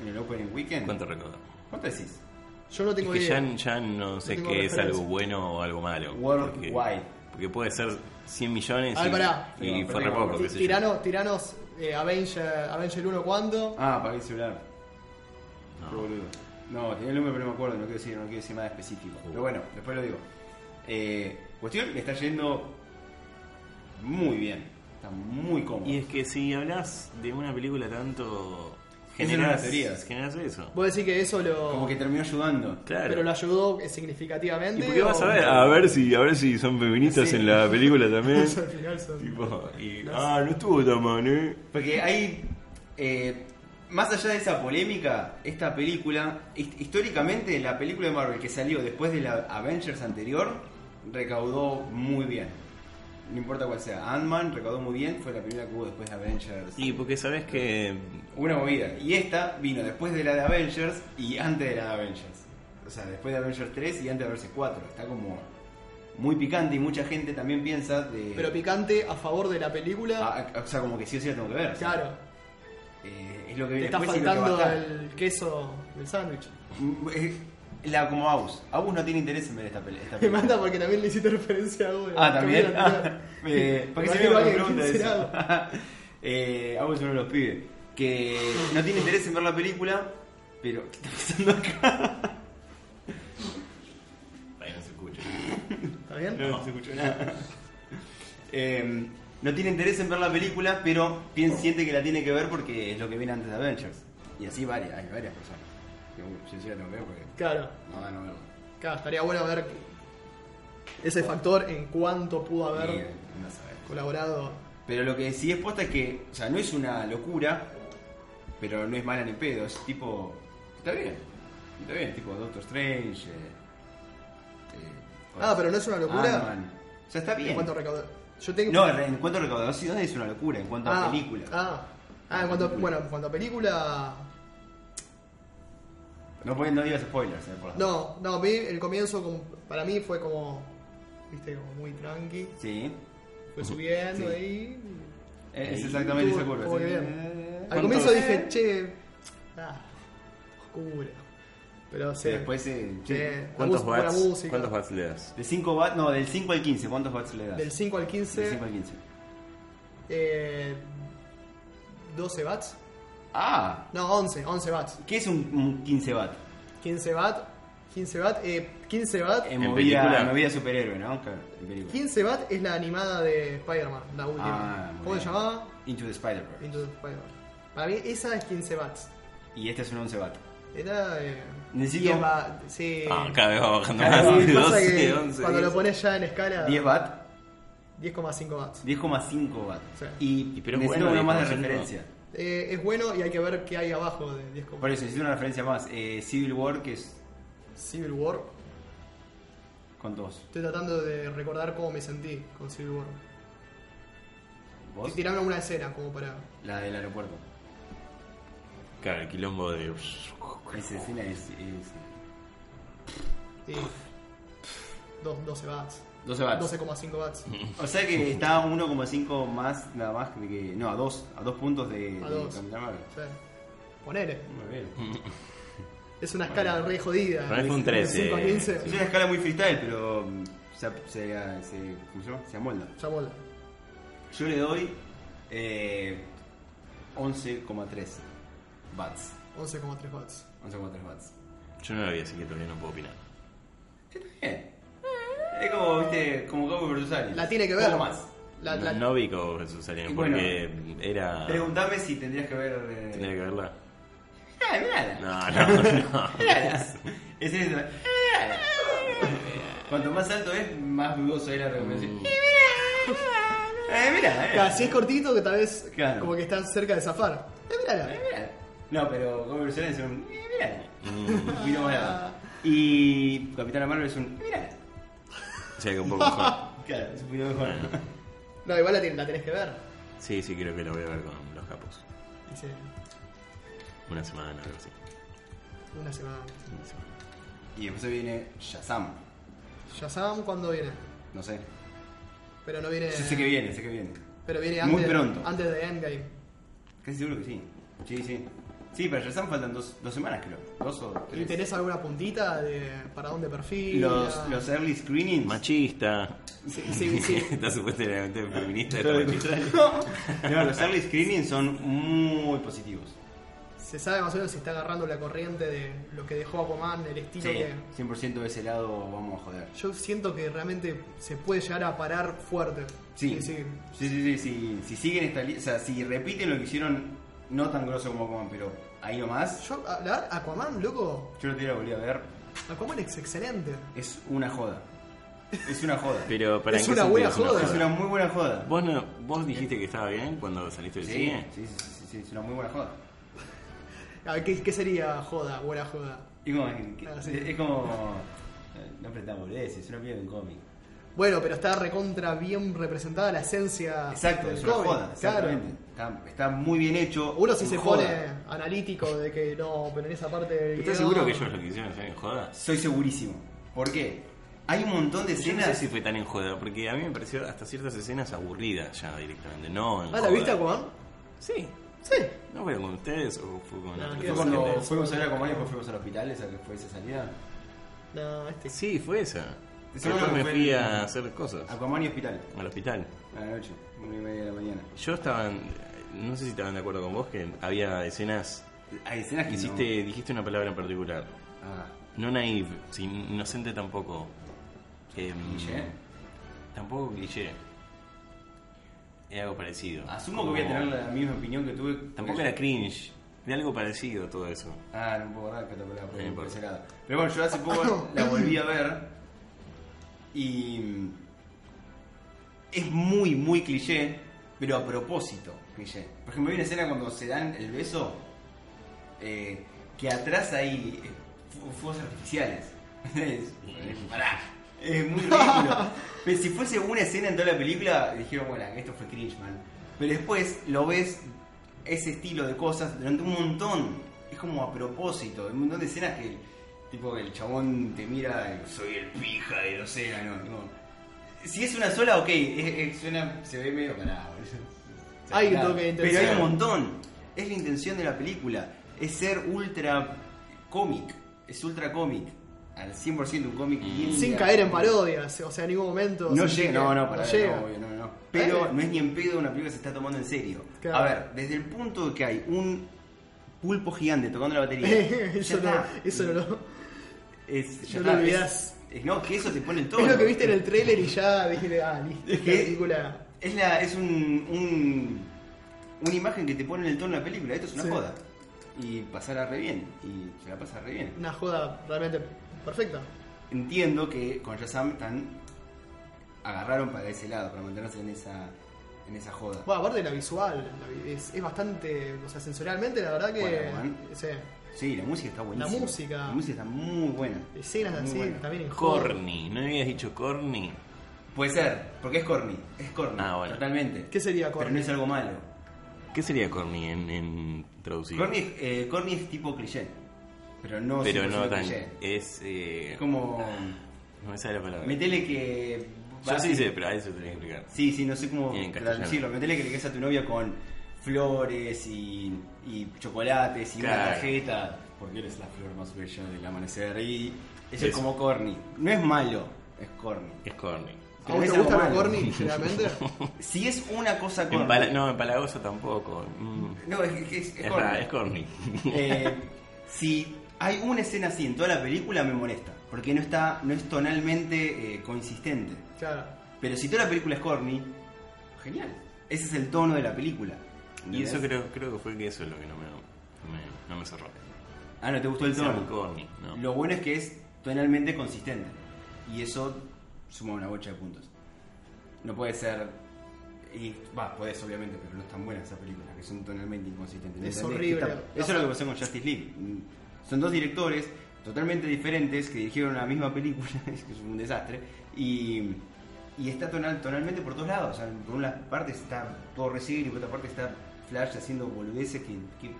en el Open Weekend?
¿Cuánto recaudó?
¿Cuánto decís?
yo no
Es
tengo
que
idea.
ya, ya no sé
tengo
qué es
referencia.
algo bueno o algo malo.
Worldwide.
Porque, porque puede ser 100 millones
A ver,
y,
Ah, pará.
y
Perdón,
fue re
perdón.
poco.
Ti-
qué sé yo.
Tirano, tiranos eh, Avenger, Avenger 1 cuánto.
Ah, para el celular.
No.
Qué boludo. No, tenía el nombre pero no me acuerdo, no quiero decir, no quiero decir nada específico. Pero bueno, después lo digo. Eh, cuestión, le está yendo muy bien. Está muy cómodo.
Y es que si hablas de una película tanto.
Es una
generas
teoría.
generas eso.
Vos decís que eso lo.
Como que terminó ayudando.
Claro.
Pero lo ayudó eh,
¿Y
significativamente.
por qué vas a
o-
ver? A ver si, a ver si son feministas
Sí.
en la película también.
Al final son-
Tipo, y, ah, no estuvo tan mal, eh.
Porque hay. eh, más allá de esa polémica, esta película. hist- Históricamente, la película de Marvel que salió después de la Avengers anterior recaudó muy bien. No importa cuál sea. Ant-Man recaudó muy bien, fue la primera que hubo después de Avengers.
Y porque sabes que.
Una movida. Y esta vino después de la de Avengers y antes de la de Avengers. O sea, después de Avengers 3 y antes de Avengers 4. Está como muy picante y mucha gente también piensa de.
Pero picante a favor de la película.
Ah, ah, o sea, como que sí o sí la tengo que ver. o sea,
claro.
eh, es lo que
Te
viene
está
después y lo que va a
faltando
estar.
el queso del sándwich.
Mm, eh, La como Aus. Aus no tiene interés en ver esta pelea.
Me mata porque también le hiciste referencia a vos.
Ah, también. Eh,
¿Por
Porque
qué
se me va pregunta de eso. eh, Agus es uno de los pibes. Que no tiene interés en ver la película, pero ¿qué está pasando acá?
Ay, no se escucha.
¿Está bien?
No, se escuchó nada. Eh, no tiene interés en ver la película, pero piensa, siente que la tiene que ver porque es lo que viene antes de Avengers. Y así varias, hay varias personas. Que, uh, Yo sí la tengo que ver porque
Claro.
no van a verla.
Claro, estaría bueno ver ese factor en cuánto pudo haber
Y, eh, no sabes.
colaborado.
Pero lo que sí es posta es que, o sea, no es una locura, pero no es mala ni pedo, es tipo. Está bien, está bien, tipo Doctor Strange. eh, eh,
Ah, pero no es una locura.
Ant-Man. O sea, está
¿En
bien.
cuánto recaudó? Yo tengo.
No, en cuanto a recaudación es una locura, en cuanto
ah,
a película.
Ah, Ah, en cuanto, bueno, en cuanto a película.
No, pueden- no digas spoilers, eh, por las-
No, no, a mí el comienzo como- para mí fue como. Viste, como muy tranqui.
Sí,
Fue subiendo
Sí.
ahí.
eh, es
Ahí
exactamente
estuvo-
esa curva.
estuvo
sí. Eh,
bien. Al
¿Cuántos?
comienzo dije, che, ah, oscuro. Pero
Sí,
se
Después, eh,
Sí.
de
¿Cuántos
mus- buena
watts?
música.
¿Cuántos watts le das?
5 watts, no, del 5 al 15, ¿cuántos watts le das?
del 5 al
Del
15,
5 al 15.
eh, 12 watts.
Ah,
No, 11, 11 watts.
¿qué es un, un 15 watts?
15 watts, 15 watts, eh, 15 watts.
En,
En
movida,
película.
en movida superhéroe, ¿no? Claro, en película.
15 watts es la animada de Spider-Man, la última.
Ah, muy
¿Cómo se
bien.
llamaba?
Into the Spider-Verse.
Into the Spider-Man. Para mí esa es 15 watts.
Y este es un 11 bat.
Era eh,
Necesito-
10 watts. Sí.
Ah, cada vez va bajando
Cada
más.
vez
Sí, Eh, pasa
12,
que
11.
cuando lo pones ya en escala
10 bat,
10,5 watts.
10,5 bat.
Sí.
Y,
Y pero
necesito
bueno,
una más de
10,5.
referencia.
Eh, es bueno y hay que ver qué hay abajo de 10
Por eso necesito una referencia más. Eh, Civil War, que es
Civil War.
con dos.
Estoy tratando de recordar cómo me sentí con Civil War.
¿Vos?
Y tirarme alguna escena como para.
La del aeropuerto.
Claro, el quilombo de.
Esa escena es. es-
Sí. Dos- 12 watts.
12 watts.
12,5 watts.
O sea que está 1,5 más, nada más que. que- No, a 2. A 2 puntos de,
A
de
dos.
Capitán Marvel.
O sea, ponele.
Muy bien.
Es una escala re jodida.
Para mí fue un
De 5 a
13.
15.
Es una escala muy freestyle, pero. mm, Se, se, se, ¿cómo se, llama? se amolda.
Ya mola.
Yo le doy eh, 11,3 bats.
11,3 watts.
11,3 bats.
Yo no lo vi, así que todavía no puedo opinar.
Está bien. Es como, viste, como Cowboy vs. Aliens.
La tiene que ver.
Poco más.
La, la-
No, no vi cómo Jesús
Y
Alien
bueno.
porque era.
Preguntame si tendrías que ver... Eh...
Tendría que verla.
Ah, mirala.
No, no, no.
Mirala. Es eso. Mirala. Cuanto más alto es, más dudoso es la recomendación. Eh, mirala, mirala.
Claro, si es cortito, que tal vez
Claro.
como que está cerca de zafar. Eh,
Eh,
mirala.
mirala. No, pero Cowboy vs. Aliens es un... eh, mirala.
Mm,
Y no más nada. Y Capitana Marvel es un... eh, mirala.
O sea que un poco mejor.
Claro, es un poquito mejor.
No, igual la, ten- la tenés que ver.
Sí, sí, creo que lo voy a ver con los capos.
Dice.
Una semana, algo así.
Una semana.
Y después viene Shazam.
Shazam, ¿cuándo viene?
No sé.
Pero no viene.
Sí, sé que viene, sé que viene.
Pero viene antes,
Muy pronto.
antes de Endgame.
Casi seguro que sí. Sí, sí. Sí, pero Shazam faltan dos, dos semanas, creo. Dos o
¿Y
tres.
tenés alguna puntita de para dónde perfil?
Los, los early screenings.
Machista.
Sí, sí, sí.
Está supuestamente feminista. está machista.
No, los early screenings son muy positivos.
Se sabe más o menos si está agarrando la corriente de lo que dejó Aquaman, el estilo
Sí,
que.
100% de ese lado vamos a joder.
Yo siento que realmente se puede llegar a parar fuerte.
Sí, sí, sí, sí, sí. Si siguen esta li- o sea, si repiten lo que hicieron, no tan grosso como Aquaman, pero ahí nomás,
Yo, la verdad, Aquaman, loco.
yo lo que la volví a ver,
Aquaman es excelente.
es una joda. Es una joda.
Pero para
Es
¿en qué
una
sentido
buena
es una
joda.
Es una muy buena joda.
¿Vos, no- ¿Vos dijiste que estaba bien cuando saliste del
Sí,
cine?
sí, sí, sí, sí, es una muy buena joda.
A ver, ¿qué, qué sería joda? Buena joda.
Y como- que-
Ah, sí.
Es como. eh, No pretendamos, es una piel de un cómic.
Bueno, pero está recontra bien representada la esencia.
Exacto,
del
es una
cómic,
joda, exactamente. Está, está muy bien hecho.
Uno si
una
se
joda.
pone analítico de que no, pero en esa parte del
¿Estás
guión-
seguro que ellos lo quisieron hacer en joda?
Soy segurísimo. ¿Por qué? Hay un montón de
Yo no sé
escenas.
si fue tan en joda, porque a mí me pareció hasta ciertas escenas aburridas ya directamente. No, en
Ah, ¿la
joda.
viste Aquaman?
Sí.
Sí.
¿No fue con ustedes o fue con
No,
otra
que
Fue
gente?
cuando
Exactamente.
fuimos a ver a Comay y después fuimos al hospital, esa que fue esa salida.
No, este.
Sí, fue esa.
Esa
Yo
fue-
me
fue
fui
el-
a hacer cosas.
A Comay y hospital,
Al hospital.
a la noche, una y media de la mañana.
Yo estaba. en- No sé si estaban de acuerdo con vos que había escenas.
Hay escenas que
Hiciste, dijiste una palabra en particular.
no. Ah,
No naive, sin- inocente tampoco. Em,
Guille.
Tampoco cliché. Era algo parecido.
Asumo que voy a tener la misma opinión que tuve.
Tampoco era cringe. Era algo parecido a todo eso.
Ah, no puedo acordar que tocó la
No importa.
por ese lado. Pero bueno, yo hace poco la volví a ver. Y. mm, Es muy, muy cliché, pero a propósito cliché. Por ejemplo, hay una escena cuando se dan el beso. eh, que atrás hay eh, fu- fuegos artificiales. Es, pará. Es muy ridículo. Pero si fuese una escena en toda la película, dijeron, bueno, esto fue cringe, man. Pero después lo ves ese estilo de cosas durante un montón. Es como a propósito. Hay un montón de escenas que el, tipo, el chabón te mira, y, soy el pija del océano. no. Si es una sola, ok, es- es- suena, se ve medio parado.
Hay un toque de
Pero hay un
intención.
montón. Es la intención de la película. Es ser ultra cómic. Es ultra cómic. Al 100% un cómic. bien
Sin
lineal.
caer en parodias, o sea, en ningún momento.
No
sentí
llega,
que-
no, no, para
no llega.
no, obvio, no, no. Pero
Eh.
no es ni en pedo una película que se está tomando en serio.
Claro.
A ver, desde el punto de que hay un pulpo gigante tocando la batería. ya
eso, no,
está.
eso no lo.
Es, ya
no lo
está, es-
olvidás.
es- no, que eso te pone el todo.
Es lo que viste en el trailer y ya dije, ah, listo.
Es
esta
que-
película.
Es, la, es un, un- una imagen que te pone en el tono de la película. Esto es una
Sí.
joda. Y pasará re bien. Y se la pasa re bien.
Una joda realmente perfecta.
Entiendo que con Shazam están. agarraron para ese lado, para mantenerse en esa, en esa joda.
Bueno, aparte de la visual, la vi- es, es bastante. O sea, sensorialmente, la verdad que.
Bueno, man.
sí,
Sí, la música está buenísima.
La música.
La música está muy buena.
escenas
Muy
así
buena.
también en joda.
Corny. ¿No habías dicho corny?
Puede ser, porque es corny. Es corny.
Ah, bueno.
Totalmente.
¿Qué sería
Pero
corny?
no es algo malo.
¿Qué sería corny en, en traducido?
Corny, es- eh, corny es tipo cliché. Pero no
Pero
100%
no tan.
cliché.
Es. eh,
Es como.
No me sale la palabra.
Metele que.
Yo
vas-
sí sé, pero a eso te voy a explicar.
Sí, sí, no sé cómo
En castellano.
traducirlo. Metele que le quedas a tu novia con flores y, y chocolates y una
Claro.
tarjeta. Porque eres la flor más bella del amanecer. Y eso es
Eso.
como corny. No es malo, es corny.
Es corny.
¿A
Pero
vos
es
Ah, te
algo
gusta lo
malo.
corny, generalmente?
Si es una cosa corny.
Empala- No, empalagoso tampoco. Mm.
No, es, que es, es
Es,
corny.
ra- es corny.
Eh, si hay una escena así en toda la película, me molesta. Porque no, está, no es tonalmente eh, consistente.
Claro.
Pero si toda la película es corny, genial. Ese es el tono de la película.
Y eso
¿Entendés?
creo, creo que fue que eso es lo que no me, no me, no me cerró.
Ah, no te gustó el
Es muy
tono.
corny, ¿no?
Lo bueno es que es tonalmente consistente. Y eso suma una bocha de puntos. No puede ser. Y va, podés obviamente, pero no están buenas esas películas, que son tonalmente inconsistentes.
Es
¿Entendés?
horrible.
Que está- Eso es lo que pasó con Justice League. Mm, Son dos directores totalmente diferentes que dirigieron la misma película, es que es un desastre, y, y está tonal, tonalmente por todos lados. O sea, por una parte está todo recibir y por otra parte está Flash haciendo boludeces que, que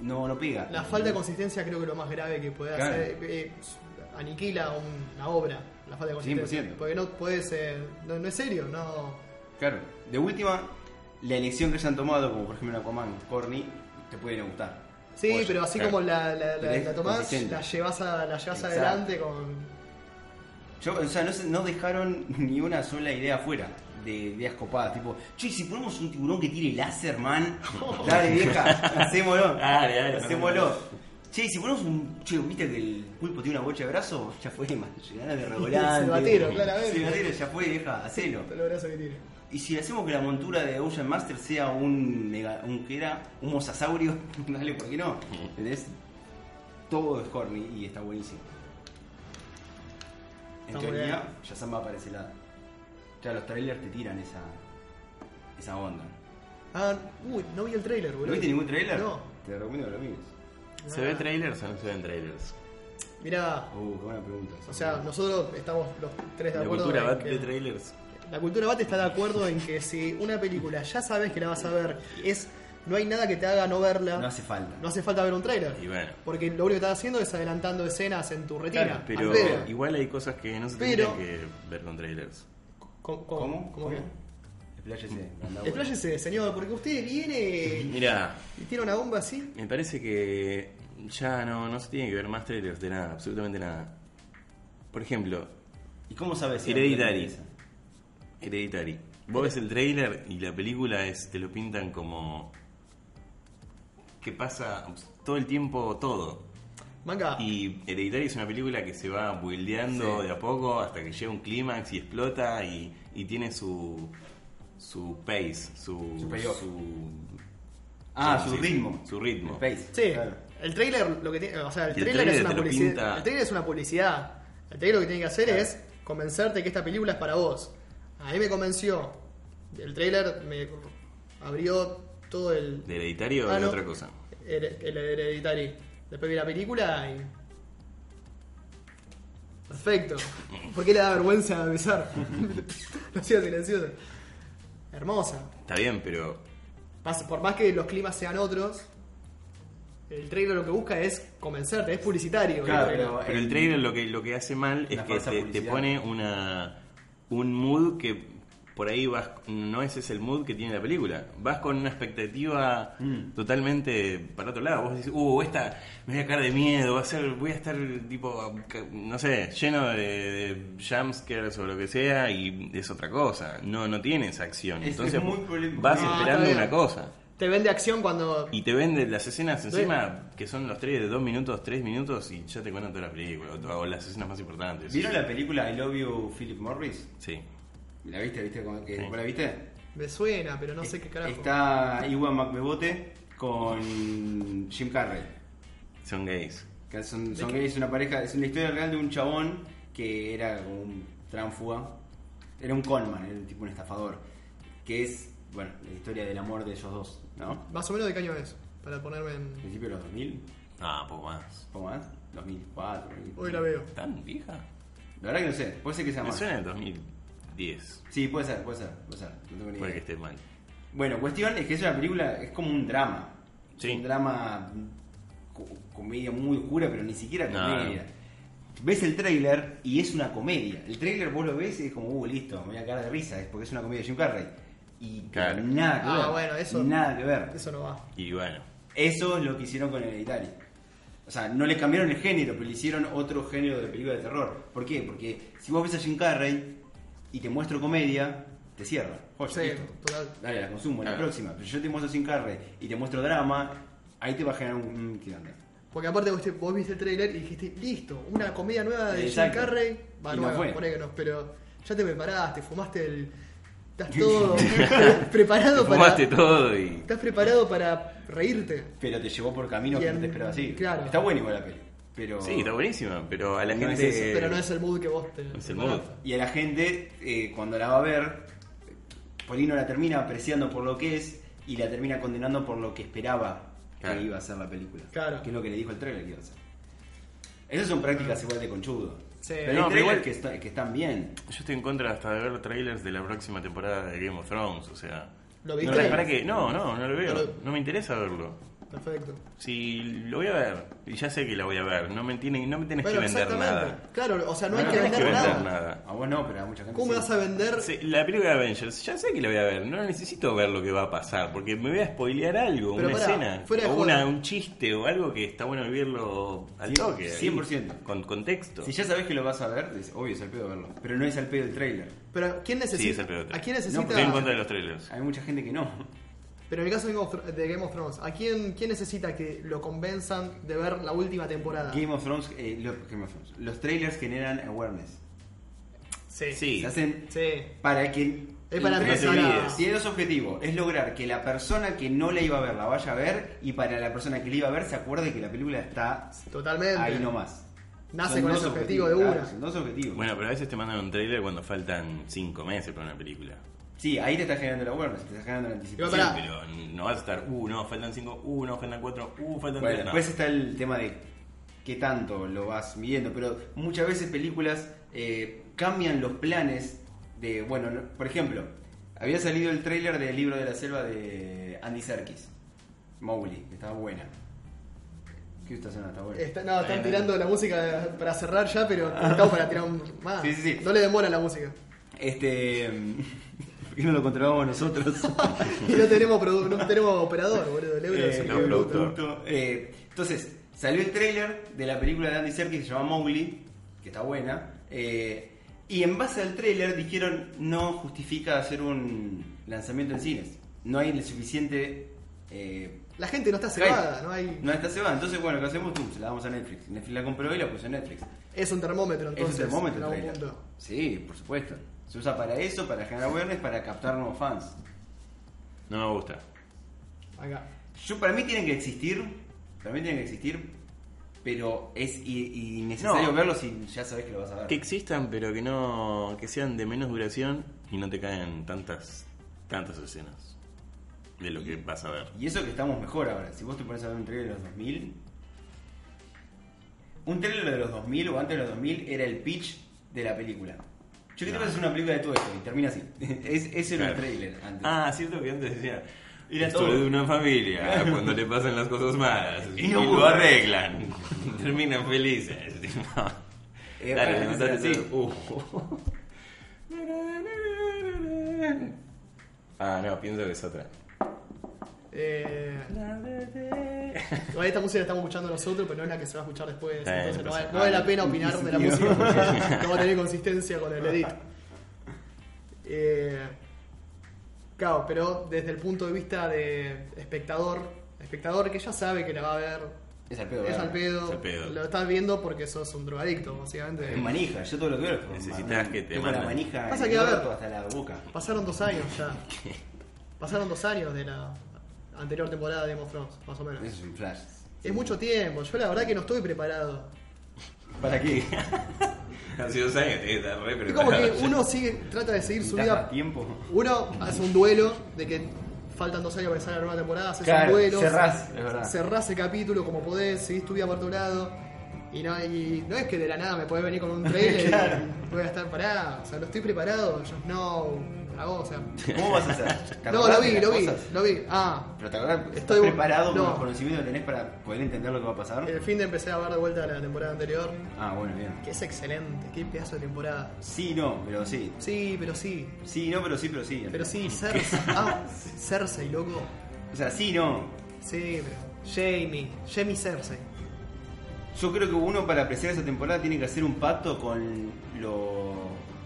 no, no pega.
La falta de consistencia creo que es lo más grave que puede
Claro.
hacer. eh, aniquila una obra, la falta de consistencia.
100%.
Porque no puede ser. No, no es serio, no.
Claro, de última, la elección que hayan tomado, como por ejemplo en Aquaman, Corny, te puede no gustar.
Sí,
Oye,
pero así
claro.
como la, la,
Pero
la,
es
la tomás,
consistente.
la llevas, a, la llevas
Exacto.
adelante con.
Yo, o sea, no, se- no dejaron ni una sola idea afuera de ideas copadas. Tipo, che, si ponemos un tiburón que tire láser, man. Dale, vieja, hacémoslo.
Dale, dale,
hacémoslo. Che, si ponemos un. Che, viste que el pulpo tiene una bocha de brazo, ya fue, man. Llegaron de regulante.
Se batieron, claramente.
Se batieron, ya fue, vieja, hacelo.
Todo lo brazo que tiene.
Y si hacemos que la montura de Ocean Master sea un mega, un que era un mosasaurio, dale, ¿por qué no? ¿Entendés? Todo es corny y está buenísimo. En
Está
teoría, Shazam va para ese lado. Claro, los trailers te tiran esa, esa onda.
Ah, uy, no vi el trailer, boludo.
¿No viste ningún trailer?
No.
Te recomiendo que lo mires.
¿Se ve trailers o no se ven trailers?
Mirá,
Uh, qué buena pregunta. esa.
o sea, nosotros estamos los tres de
La
acuerdo.
cultura
en
va
que-
de trailers.
La cultura bate está de acuerdo en que si una película ya sabes que la vas a ver, es no hay nada que te haga no verla.
No hace falta.
No hace falta ver un tráiler.
Y bueno.
Porque lo único que estás haciendo es adelantando escenas en tu retina.
Claro,
Pero
al pedo.
igual hay cosas que no se
Pero-
tienen que ver con trailers.
¿Cómo?
¿Cómo?
¿Cómo? ¿Cómo que?
Expláyese. anda, bueno.
Expláyese, señor, porque usted viene
Mira,
y tira una bomba así.
me parece que ya no, no se tiene que ver más trailers de nada, absolutamente nada. Por ejemplo,
¿Y cómo sabes
Hereditary.
esa?
Hereditary. Vos ves el trailer y la película es, te lo pintan como que pasa todo el tiempo todo.
Manga.
Y Hereditary es una película que se va buildeando
Sí.
de a poco hasta que llega un clímax y explota y, y tiene su su pace, su
Su payoff.
su-
Ah,
sí,
su
sí,
ritmo.
su ritmo.
Space.
Sí,
claro.
el trailer lo que tiene, o sea, el
Y el
trailer,
tráiler
es una
te lo
publicidad.
pinta.
El trailer es una publicidad. El trailer lo que tiene que hacer
Claro.
es convencerte que esta película es para vos. A mí me convenció. El trailer me abrió todo el
de Hereditario
Ah,
es
no.
otra cosa.
el, el Hereditary. Después vi la película y perfecto. ¿Por qué le da vergüenza besar? lo hacía silencioso. Hermosa.
Está bien, pero
Eh,
Más- por más que los climas sean otros, el trailer lo que busca es convencerte, es publicitario.
Claro,
el trailer.
pero,
pero el trailer lo que lo que hace mal es
Una
que
falsa
te, te
publicidad.
pone una un mood que por ahí vas no ese es el mood que tiene la película. Vas con una expectativa
Mm.
totalmente para otro lado. Vos dices, "Uh, esta me voy a caer de miedo, va a ser voy a estar tipo no sé, lleno de, de jumpscares o lo que sea y es otra cosa. No no tiene esa acción.
Es- es
Entonces
muy problem-
vas
No,
esperando
está bien.
una cosa.
Te vende acción cuando.
Y te venden las escenas
Sí.
encima, que son los tres de dos minutos, tres minutos, y ya te cuentan toda la película, o, to- o las escenas más importantes.
¿Vieron la película I Love You, Philip Morris?
Sí.
¿La viste? ¿Viste? cómo- que-
Sí.
¿Vos la viste?
Me suena, pero no sé qué carajo.
Está Iwan McBebote con Jim Carrey.
Son gays.
Que son, son gays, una pareja. Es una historia real de un chabón que era como un tránfuga. Era un conman, era un tipo un estafador. Que es, bueno, la historia del amor de ellos dos, ¿no?
Más o menos de qué año es, para ponerme en.
Principio de los 2000,
Ah, poco más.
poco más. 2004.
Hoy la veo.
¿Tan vieja?
La verdad que no sé, puede ser que sea
Me
más.
suena el 2010.
Sí, puede ser, puede ser, puede ser. No tengo ni
Puede que
idea.
esté mal.
Bueno, cuestión es que es una película, es como un drama.
Sí.
Un drama, co- comedia muy oscura, pero ni siquiera
No, no.
comedia. Ves el tráiler y es una comedia. El tráiler vos lo ves y es como, uh, listo, me voy a cagar de risa, es porque es una comedia de Jim Carrey. Y
Claro.
nada que
Ah,
ver.
bueno, eso-
Nada que ver.
Eso no va.
Y bueno,
Eso es lo que hicieron con el Italia. O sea, no le cambiaron el género, pero le hicieron otro género de película de terror. ¿Por qué? Porque si vos ves a Jim Carrey y te muestro comedia, te cierra. Joya,
Sí,
Pues listo.
total.
Dale, la consumo, la
Claro.
próxima. Pero yo te muestro Jim Carrey y te muestro drama, ahí te va a generar un... mm, ¿Qué onda?
Porque aparte vos, te- vos viste el trailer y dijiste, listo, una comedia nueva de Jim
Exacto.
Carrey. Va,
Y no
nueva,
fue.
poné que no, pero ya te preparaste, fumaste el. Estás todo preparado
te
para.
fumaste todo y...
Estás preparado para reírte.
Pero te llevó por caminos
Y
que
en-
no te esperaba así.
claro.
Está bueno igual la peli. Pero...
Sí, está buenísima, pero a la
No
gente...
es eso,
Pero no es el mood que vos te.
no Eh, es el mood.
Y a la gente, eh, cuando la va a ver, Polino la termina apreciando por lo que es y la termina condenando por lo que esperaba
Claro.
que iba a ser la película.
Claro.
Que es lo que le dijo el trailer que iba a ser. Esas son prácticas igual de conchudo.
Sí.
pero hay
No, pero
trailers
igual-
que, está- que están bien.
Yo estoy en contra hasta de ver trailers de la próxima temporada de Game of Thrones, o sea...
¿Lo
No,
viste?
¿Para qué? No, no, no lo
No
veo.
lo-
No me interesa verlo.
Perfecto.
Si lo voy a ver, y ya sé que la voy a ver, no me, tiene, no me tienes
Bueno,
que vender
exactamente.
nada.
Claro, o sea, no,
No
hay
me
que
tenés
vender,
que vender
nada.
nada.
A vos no, pero a mucha gente.
¿Cómo me
sí.
vas a vender?
Sí, la película de Avengers, ya sé que la voy a ver, no necesito ver lo que va a pasar, porque me voy a spoilear algo,
Pero
una
pará,
escena,
fuera de
o una-
joda.
un chiste o algo que está bueno vivirlo al
Sí,
toque. ahí,
100%.
Con contexto.
Si ya sabés que lo vas a ver, dices, obvio, es al pedo verlo. Pero no es al pedo el trailer.
Pero ¿quién
Sí, es
necesita?
el pelote.
¿A quién
No,
Estoy
necesita? Ah,
en contra de los trailers.
Hay mucha gente que no.
pero en el caso de Game of Thro- de Game of Thrones, ¿a quién, quién necesita que lo convenzan de ver la última temporada?
Game of Thrones, eh, lo- Game of Thrones. Los trailers generan awareness.
Sí.
Sí.
Se hacen
Sí.
para que.
Es para
el
empezar
trailer-
a-
Tiene dos objetivos: es lograr que la persona que no la iba a ver la vaya a ver, y para la persona que la iba a ver se acuerde que la película está
Totalmente.
ahí nomás.
Nace
Son
con
dos
ese objetivo de
objetivos,
una.
claro, son dos objetivos.
Bueno, pero a veces te mandan un trailer cuando faltan 5 meses para una película.
Sí, ahí te está generando la awareness, te está generando la anticipación.
Pará.
Sí, pero no vas a estar, uh, no, faltan 5, uh, no, faltan 4, uh, faltan 3.
Bueno,
pues
después está el tema de qué tanto lo vas midiendo, pero muchas veces películas eh, cambian los planes de, bueno, no- por ejemplo, había salido el tráiler del libro de la selva de Andy Serkis, Mowgli, que estaba buena. ¿Qué está sonando? Está buena.
Está- no, están
Ahí,
tirando la música para cerrar ya, pero estamos para tirar un más.
Sí, sí, sí.
No le demora la música.
Este... ¿Por qué no lo controlamos nosotros?
Y no tenemos, produ- no tenemos operador, boludo. El euro
Eh,
es el
no,
que-
productor.
producto. Eh, entonces, salió el tráiler de la película de Andy Serkis que se llama Mowgli, que está buena. eh, y en base al tráiler dijeron no justifica hacer un lanzamiento en cines. No hay el suficiente. eh,
La gente no está
hype.
cebada, no hay.
No está cebada. Entonces, bueno, ¿qué hacemos? Tú, se la damos a Netflix. Netflix la compró y la puso en Netflix.
Es un termómetro, entonces.
es un termómetro
en
el
algún
tráiler.
punto.
Sí, por supuesto. Se usa para eso, para generar awareness, para captar nuevos fans.
No me gusta.
Acá.
Yo, para mí tienen que existir. Para mí tienen que existir. Pero es i- innecesario
No.
verlo si ya sabes que lo vas a ver.
Que existan, pero que no, que sean de menos duración y no te caen tantas, tantas escenas de lo que vas a ver.
Y eso que estamos mejor ahora. Si vos te pones a ver un trailer de los 2000. Un trailer de los 2000 o antes de los 2000 era el pitch de la película. Yo quiero
No.
hacer una película de todo esto y termina así. es, ese era el
Claro.
trailer antes.
Ah, cierto que antes decía.
Era
esto
todo.
de una familia, cuando le pasan las cosas malas
Y
y,
no
lo
pudo.
arreglan, terminan felices.
Eh,
Claro,
parece
notaste
ser
así.
todo.
Uh. Ah, no, pienso que es otra.
Eh, igual esta música la estamos escuchando nosotros, pero no es la que se va a escuchar después. Entonces no vale, no vale la pena opinar de la música porque no va a tener consistencia con el edit. Eh, claro, pero desde el punto de vista de espectador, espectador que ya sabe que la va a ver,
Es al pedo.
es
¿verdad?
al pedo,
es al pedo.
lo estás viendo porque sos un drogadicto, básicamente.
Es manija, yo todo lo que veo. es con-
Necesitas que te
tengo la
manden.
manija.
Pasa
en
que,
el
a ver.
orto Hasta la boca.
Pasaron dos años ya. Pasaron dos años de la anterior temporada de Game of Thrones, más o menos.
Eso es un flash.
Es mucho tiempo, yo la verdad que no estoy preparado.
¿Para qué?
Hace dos años te estás re
Es como que
preparado.
uno sigue, trata de seguir su
¿Necesitas más
vida.
tiempo?
Uno hace un duelo de que faltan dos años para empezar la nueva temporada, haces
Claro,
un duelo.
cerrás, es verdad.
cerrás el capítulo como podés, seguís tu vida por tu lado. Y no, y no es que de la nada me podés venir con un trailer
Claro.
y voy a estar parado. O sea, no estoy preparado. Yo no, hago, o sea.
¿Cómo vas a hacer? ¿Te
No,
acordás
lo
de
vi,
las
lo vi,
cosas?
lo vi. Ah,
Pero te acordás, ¿estás
Estoy- no.
preparado
Eh.
con los conocimientos que tenés para poder entender lo que va a pasar?
el fin de empecé a ver de vuelta la temporada anterior,
Ah, bueno, bien.
que es excelente, qué pedazo de temporada.
Sí, no, pero sí.
Sí, pero sí.
Sí, no, pero sí, pero sí.
Pero sí, Cersei. Ah, Cersei, loco.
O sea, sí, no.
Sí, pero. Jamie. Jamie Cersei.
Yo creo que uno para apreciar esa temporada tiene que hacer un pacto con lo.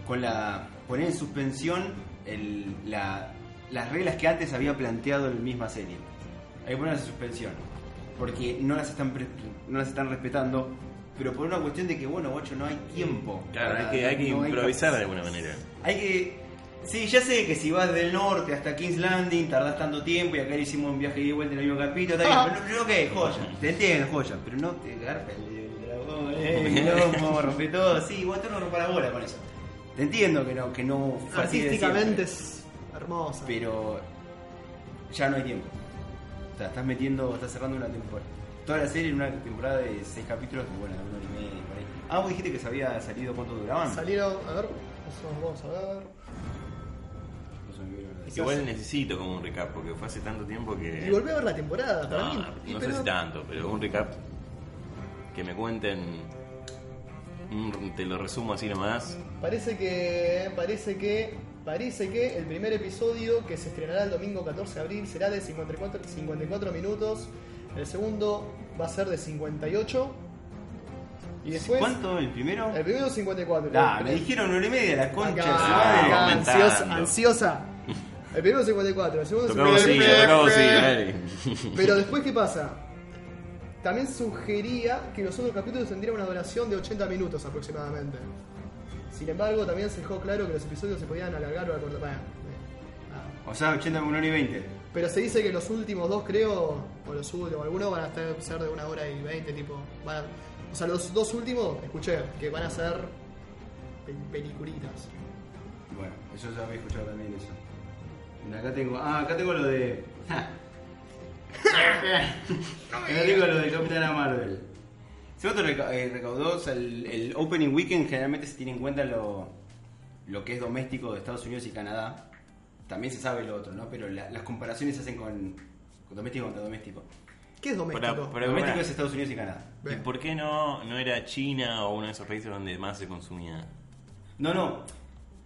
con la. poner en suspensión el- la- las reglas que antes había planteado en la misma serie. Hay que ponerlas en suspensión. Porque no las están pre- no las están respetando. Pero por una cuestión de que, bueno, guacho, no hay tiempo.
Claro,
para-
hay que, hay que
no
improvisar de alguna manera.
Hay que. Sí, ya sé que si vas del norte hasta King's Landing tardás tanto tiempo y acá le hicimos un viaje de vuelta en el mismo capítulo. Está bien, pero no, que joya. Te entiendo, joya, pero no te garpa el dragón, eh, no, vamos a romper todo. Sí, vos te no rompa la bola con eso. Te entiendo que no, que no fue así de
Artísticamente
siempre,
es hermosa.
pero ya no hay tiempo. O sea, estás metiendo, estás cerrando una temporada. Toda la serie en una temporada de seis capítulos, que bueno, de una hora y media, por ahí. Ah, vos dijiste que se había salido cuánto duraban.
Salieron. A ver. Eso vamos a ver.
No se me vino a la cabeza.
Igual necesito como un recap, porque fue hace tanto tiempo que.
Y volví a ver la temporada, para
No,
mí. y
no sé
pero-
si tanto, pero un recap que me cuenten. un- te lo resumo así nomás.
Parece que. Parece que. Parece que el primer episodio que se estrenará el domingo 14 de abril será de 54, 54 minutos. El segundo va a ser de 58. Y después.
¿Cuánto? ¿El primero?
El primero 54.
Ah,
el-
me dijeron una hora y media, la concha
Acá,
de su madre.
acá,
Aumentando.
ansiosa, ansiosa. El primero 54, el segundo
Tocamos sí,
54.
tocamos sí, dale.
Pero después, ¿qué pasa? También sugería que los otros capítulos tendrían una duración de 80 minutos aproximadamente. Sin embargo, también se dejó claro que los episodios se podían alargar o acortar. Bueno, eh, nada.
O sea, 80 con 1 y 20.
Pero se dice que los últimos dos, creo, o los últimos, algunos van a estar, ser de una hora y 20, tipo. van a- o sea, los dos últimos, escuché, que van a ser pe- peliculitas.
Bueno, eso ya había escuchado también eso. Mira, acá tengo. Ah, acá tengo lo de. acá tengo lo de Capitana Marvel. Se recaudó, o sea, eh, el, el opening weekend generalmente se tiene en cuenta lo, lo que es doméstico de Estados Unidos y Canadá. También se sabe lo otro, ¿no? Pero la- las comparaciones se hacen con, con doméstico contra doméstico.
¿Qué es doméstico?
Para- para-
Pero doméstico
pará.
es Estados Unidos y Canadá.
¿Y
Bien.
por qué no, no era China o uno de esos países donde más se consumía?
No, no.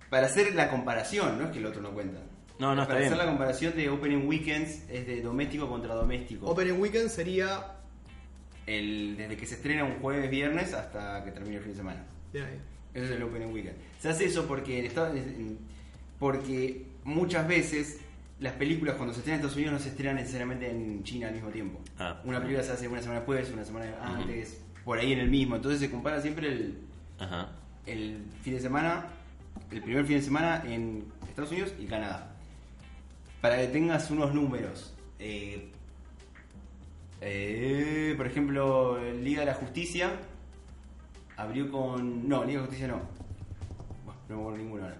Para hacer la comparación, no es que el otro no cuenta.
No, no, está
Para hacer
bien.
la comparación de Opening Weekends es de doméstico contra doméstico.
Opening Weekend sería.
El, desde que se estrena un jueves, viernes hasta que termine el fin de semana.
de ahí.
Ese es el Opening Weekend. Se hace eso porque, en Estados- en- porque muchas veces las películas cuando se estrenan en Estados Unidos no se estrenan necesariamente en China al mismo tiempo.
Ah.
una película se hace una semana después, una semana antes, por ahí en el mismo. Entonces se compara siempre el,
Ajá.
el fin de semana, el primer fin de semana en Estados Unidos y Canadá. Para que tengas unos números. eh, eh, por ejemplo, Liga de la Justicia abrió con. No, Liga de la Justicia no. Buah, no me acuerdo ninguno ahora.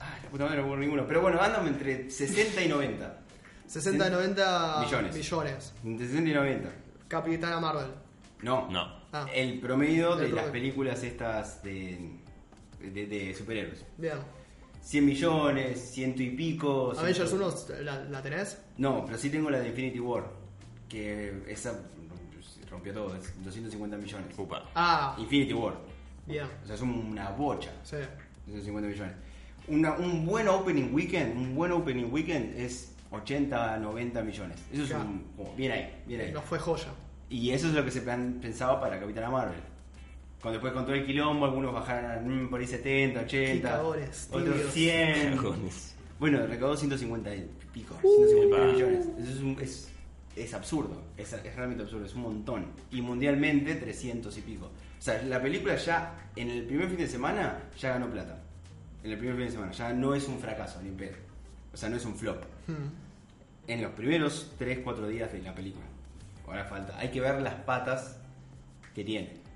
Ah, la puta madre, no me acuerdo ninguno. Pero bueno, andan entre 60 y 90.
60, 90
Millones.
millones.
Entre 60 y 90.
Capitana Marvel.
No.
No.
Ah.
El promedio
El
de las
promedio.
películas estas de, de, de superhéroes.
Bien.
100 millones, ciento y pico.
Avengers
ciento-
1, ¿la, la tenés?
No, pero sí tengo la de Infinity War. Que esa rompió todo, es 250 millones.
Upa.
Ah,
Infinity War.
bien.
O sea, es una bocha.
Sí.
250 millones. Una- un buen opening weekend, un buen opening weekend es 80, 90 millones. Eso es
Claro.
un, como, bien ahí, bien ahí.
No fue joya.
Y eso es lo que se plan- pensaba para Capitana Marvel. Cuando después con todo el quilombo, algunos bajaron mm, por ahí 70, 80.
Picadores, tibios.
otros 100.
Cagones.
Bueno, recaudó 150 y pico,
Uh.
Epa.
150 millones. Eso es, un- es, es absurdo, es, es realmente absurdo, es un montón. Y mundialmente 300 y pico. O sea, la película ya en el primer fin de semana ya ganó plata. En el primer fin de semana ya no es un fracaso, ni pedo. O sea, no es un flop.
Hmm.
En los primeros 3, 4 días de la película. Ahora falta, hay que ver las patas que tiene.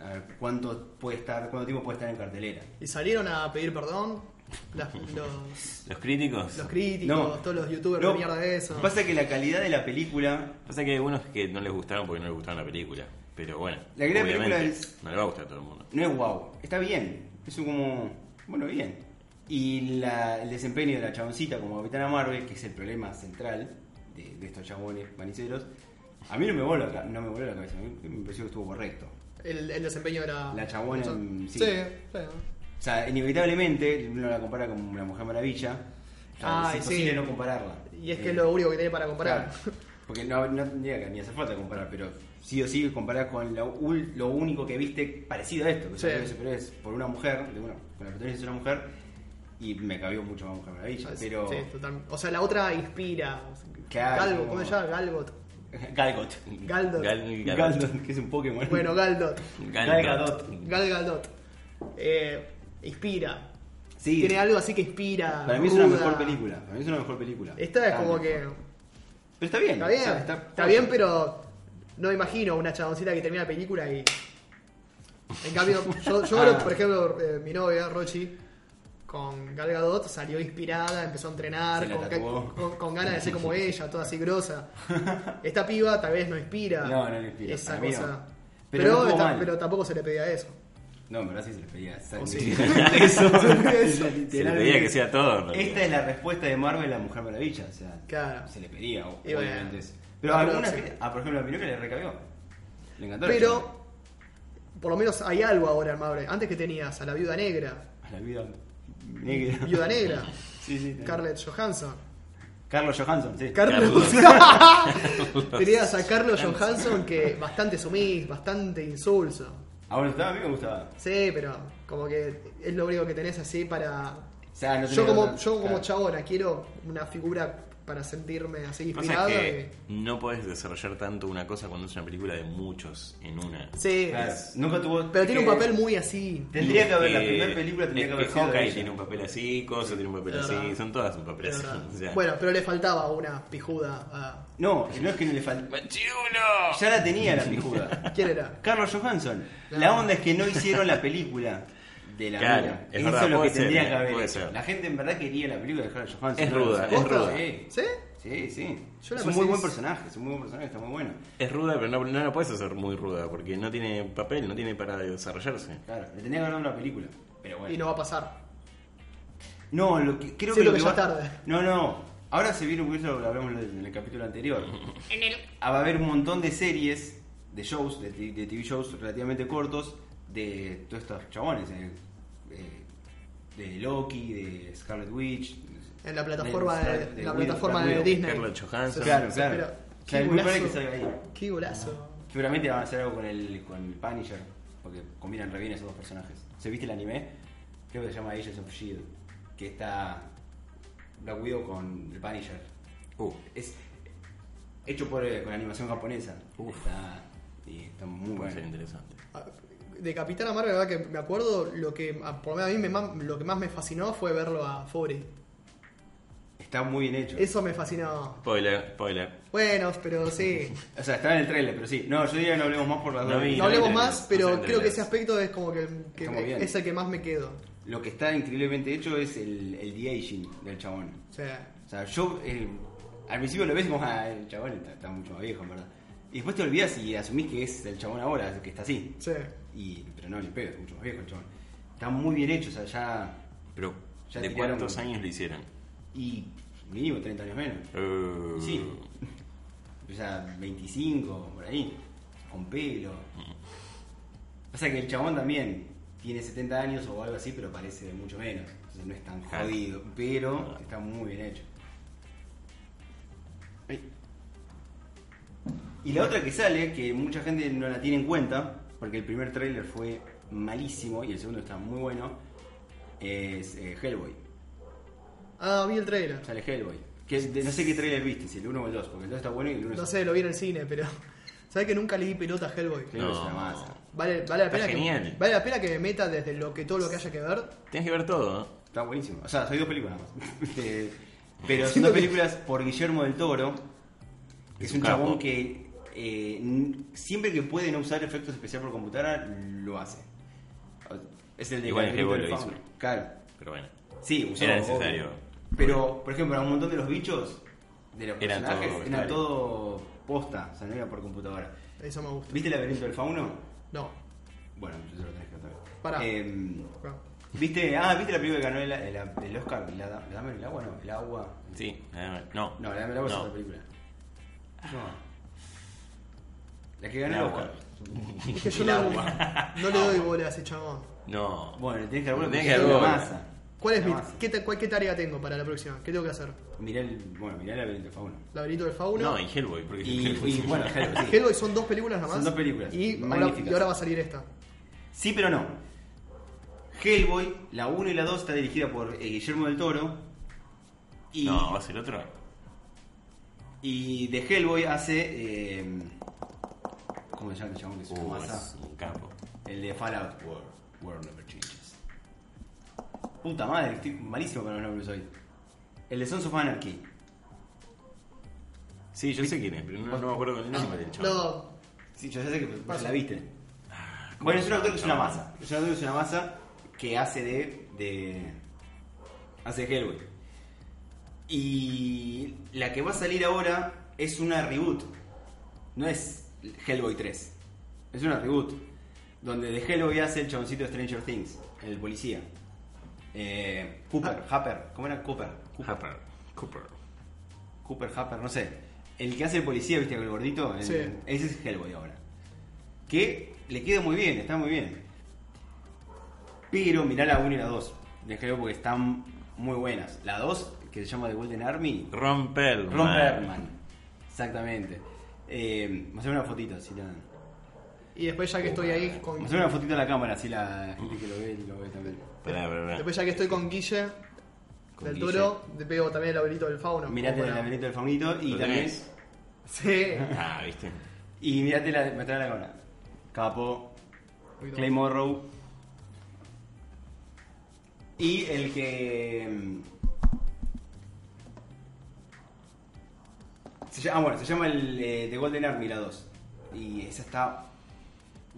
A ver cuánto puede estar, cuánto tiempo puede estar en cartelera.
¿Y salieron a pedir perdón? Las- los,
¿Los críticos?
los críticos,
No.
todos los youtubers
No,
de mierda de eso.
Pasa que la calidad de la película
Pasa que hay algunos que no les gustaron porque no les gustaron la película. Pero bueno,
La gran
obviamente,
película es-
no le va a gustar a todo el mundo.
no es wow, está bien. Es un como, bueno, bien. Y la- el desempeño de la chaboncita como Capitana Marvel, que es el problema central de, de estos chabones maniceros, a mí no me voló, la- no me voló la cabeza, a mí me pareció que estuvo correcto.
El, el desempeño era.
La chabona, mm,
Sí,
sí.
sí.
O sea, inevitablemente uno la compara con la Mujer Maravilla. O sea,
Ay,
es
sí.
imposible no compararla.
Y es que
Eh,
es lo único que tiene para comparar.
Claro. Porque no, no tendría que ni hacer falta comparar, pero sí o sí comparar con lo, ul- lo único que viste parecido a esto, que
Sí.
son los superhéroes por una mujer, de una, con la protagonista de una mujer, y me cabió mucho más Mujer Maravilla, pero...
Sí, total. O sea, la otra inspira.
Claro,
Galgo,
como-
¿cómo se llama? Galgot.
Galgot.
Galdot.
Gal- Gal-
Galdot, que es un Pokémon.
Bueno, Galdot.
Gal-
Gal
Gadot.
Gal Gadot. Eh, inspira.
Sí.
Tiene algo así que inspira.
para mí es una
ruda.
mejor película, para mí es una mejor película.
Esta es
Está
como que.
mejor. Pero está bien.
Está
Eh, o
bien,
sea,
está, bien, pero no me imagino una chaboncita que termina la película y. En cambio, yo, yo
Ah.
creo que, por ejemplo, eh, mi novia, Rochi, con Gal Gadot salió inspirada, empezó a
Se
entrenar,
la
con,
tatuó.
con- con ganas de ser como ella, toda así grosa. Esta piba tal vez no inspira.
No, no le inspira,
Esa
para mí no.
cosa. Pero,
Pero no estuvo
esta-
mal.
pero tampoco se le pedía eso.
No, en verdad sí se les pedía sangre.
O sí.
Eso.
Eso.
Se le pedía que sea todo. en realidad.
Esta es la respuesta de Marvel a Mujer Maravilla. O sea,
Claro.
se le pedía, o-
Y bueno.
obviamente. eso. Pero
Ah,
a
pero
algunas,
sí.
que- ah, por ejemplo, a Pinocho le recabió. Le encantó. la chica.
Pero, por lo menos hay algo ahora en Marvel. Antes que tenías a la viuda negra,
A la vida negra.
viuda negra,
Sí, sí. también.
Scarlett Johansson.
Carlos Johansson, sí.
Carlos. tenías a Carlos Johansson que bastante sumis, bastante insulso.
¿A vos le gustaba? A mí me gustaba.
Sí, pero como que es lo único que tenés así para.
O sea, no
Yo
tenía
como,
otra-
yo como
claro.
chabona quiero una figura para sentirme así
Pasa
inspirado.
que no podés desarrollar tanto una cosa cuando es una película de muchos en una.
y- Sí,
Claro, Nunca tuvo.
pero tiene un
que-
papel muy así.
Tendría que haber la
Eh,
primera película, tendría
es
que haber
que
sido. de
Hawkeye
ella.
tiene un papel así, Cosa tiene un papel
Es
así,
verdad.
son todas un papel así.
Pero-
o sea.
Bueno, pero le faltaba una pijuda a.
No, no es que no le faltó.
¡Machirulo!
Ya la tenía la pijuda.
¿Quién era?
Carlos Johansson. La
Claro.
onda es que no hicieron la película de la
Claro,
mina.
es
Eso
verdad,
es lo que
puede ser,
tendría
eh,
que haber
puede
hecho.
ser.
La gente en verdad quería la película de Carlos Johansson.
Es
No lo
ruda,
sacó.
es ruda.
Sí,
¿Sí?
sí. sí.
Yo la
Es
pensé
un muy
que
buen
es-
personaje, es un muy buen personaje, está muy bueno.
Es ruda, pero no, no la puedes hacer muy ruda porque no tiene papel, no tiene para desarrollarse.
Claro, le tenía que haber dado una película. Pero bueno.
Y no va a pasar.
No, lo que, creo
Sí,
que
lo
lo
que
que
ya
va-
tarde.
No, no. Ahora se viene, porque eso lo hablamos en el capítulo anterior. Ah, Va a haber un montón de series, de shows, de, ti- de TV shows relativamente cortos, de todos estos chabones. eh, eh, de Loki, de Scarlet Witch.
En la plataforma de,
Scar-
la
Widow,
plataforma
Black
de
Widow.
Disney.
Scarlett Johansson.
Claro,
Se
claro.
espera.
O sea,
Qué
es muy probable que
golazo.
salga ahí.
Qué golazo.
Seguramente van a hacer algo con el, con el Punisher, porque combinan re bien esos dos personajes. ¿Se viste el anime? Creo que se llama Agents of Shield, E que está Black Widow con el Punisher.
Uh,
Es hecho por, eh, con animación japonesa.
Uf.
Está, y está muy
puede ser
bueno.
interesante.
Ah, De Capitana Marvel, la verdad que me acuerdo, lo que ah, por lo menos a mí me ma- lo que más me fascinó fue verlo a Fury.
Está muy bien hecho.
Eso me fascinó.
Spoiler, spoiler.
Bueno, pero sí.
O sea, está en el trailer, pero sí. No, yo diría que no hablemos más por las
No
dos.
vi,
No hablemos
no, no,
más,
no,
pero
no, no,
creo
no,
que
no.
ese aspecto es como que, que
Está muy bien.
es el que más me quedo.
Lo que está increíblemente hecho es el, el de-aging del chabón.
O sea,
O sea, yo eh, al principio lo ves como, ah, el chabón está, está mucho más viejo, en verdad. Y después te olvidas y asumís que es el chabón ahora, que está así.
sí.
Y, pero no, ni pedo, es mucho más viejo el chabón. Está muy bien hecho, o sea, ya.
Pero,
Ya
¿de
tiraron-
cuántos años lo hicieron?
Y mínimo 30 años menos.
Eh,
Sí. O sea, 25, por ahí. Con pelo. Pasa que el chabón también tiene 70 años o algo así, pero parece de mucho menos. Entonces no es tan
Claro.
jodido, pero está muy bien hecho. Ay. Y la otra que sale, que mucha gente no la tiene en cuenta, porque el primer tráiler fue malísimo y el segundo está muy bueno, es eh, Hellboy.
Ah, vi el trailer.
Sale Hellboy. Que de- no sé qué tráiler viste, si el 1 o el 2, porque el 2 está bueno y el 1
No sé, lo vi en el cine, pero. ¿Sabes que nunca le di pelota a Hellboy?
Hellboy es una
No.
masa.
Vale, vale la
Está
pena que,
genial.
vale la pena que me meta desde lo que todo lo que haya que ver.
Tienes que ver todo, ¿no?
Está buenísimo. O sea, soy dos películas nada más. Eh, Pero son dos películas por Guillermo del Toro. que
Es
es
un
un chabón
capo.
que eh, n- siempre que puede no usar efectos especiales por computadora, lo hace. Es el de
Igual en
Capítulo
Hellboy lo
del
hizo.
Fauno. Claro.
Pero bueno.
Sí, usó,
Era necesario.
obvio. Pero, por ejemplo, a un montón de los bichos de los
Eran
personajes
todo
eran
vestuario.
todo posta, o sea, no era por computadora.
Eso me gusta.
¿Viste el laberinto del fauno?
No.
Bueno, yo lo tenés que ver.
Pará.
Em,
no.
¿Viste? Ah, ¿viste la película que ganó el, el- el Oscar? ¿La, da- la dama del agua? No, el agua.
Sí, eh, no.
No, la dama del agua es otra película. No. La que ganó
El
el
agua.
Oscar.
Es que yo no, no le doy bola a ese chabón.
No.
Bueno, tenés que dar
Tenés
porque
que
es
dar
la
bola.
masa.
¿Cuál es
La
mi,
masa.
qué, ta- cuál- qué tarea tengo para la próxima? ¿Qué tengo que hacer?
Mirá el. Bueno, mirá el laberinto del fauno.
Laberinto del Fauno.
No, y Hellboy, porque
Y, y bueno, claro, sí.
Hellboy son dos películas nada más.
Son dos películas.
Y ahora,
Magníficas.
y ahora va a salir esta.
Sí, pero no. Hellboy, la 1 y la 2 está dirigida por eh, Guillermo del Toro. Y,
No, va a ser otro.
y de Hellboy hace. eh, ¿Cómo se llama el chabón que es una
Uh,
masa?
es un campo.
El de Fallout World. World Never Changes. Puta madre, estoy malísimo con los nombres hoy. El de Sons of Anarchy.
Sí, yo sé quién es, pero no, no me acuerdo el nombre del chaval.
No,
Sí, yo ya sé que pues, la viste. Bueno, es un autor que es una masa. Es un autor que es una masa que hace de. de hace Hellboy. Y la que va a salir ahora es una reboot. No es Hellboy 3. Es una reboot. Donde de Hello y hace el chaboncito de Stranger Things, el policía. Eh, Cooper, Happer, ¿cómo era Cooper? Cooper,
Harper. Cooper.
Cooper, Happer, no sé. El que hace el policía, viste, con el gordito. el-
Sí.
Ese es Hellboy ahora. Que le queda muy bien, está muy bien. Pero mirá la 1 y la 2 de Hellboy porque están muy buenas. La 2, que se llama The Golden Army,
Ron Perlman.
Ron Perlman. Exactamente. Eh, mostrame una fotito, si la.
Y después ya que estoy ahí con.
Mostrame una fotito a la cámara, si la gente que lo ve lo ve también.
Pará, pará, pará.
Después ya que estoy con Guille
Con
del
Guille.
Toro, le pego también el laberinto del fauno.
Mirate
Como
el
para-
laberinto del faunito y
¿Lo
también.
tenés?
Sí.
Ah, viste.
Y mirate la. Mostrame la cámara. Capo, Clay Morrow. Y el que. mm, Se llama, ah, bueno, se llama el eh, The Golden Army, la 2. Y esa está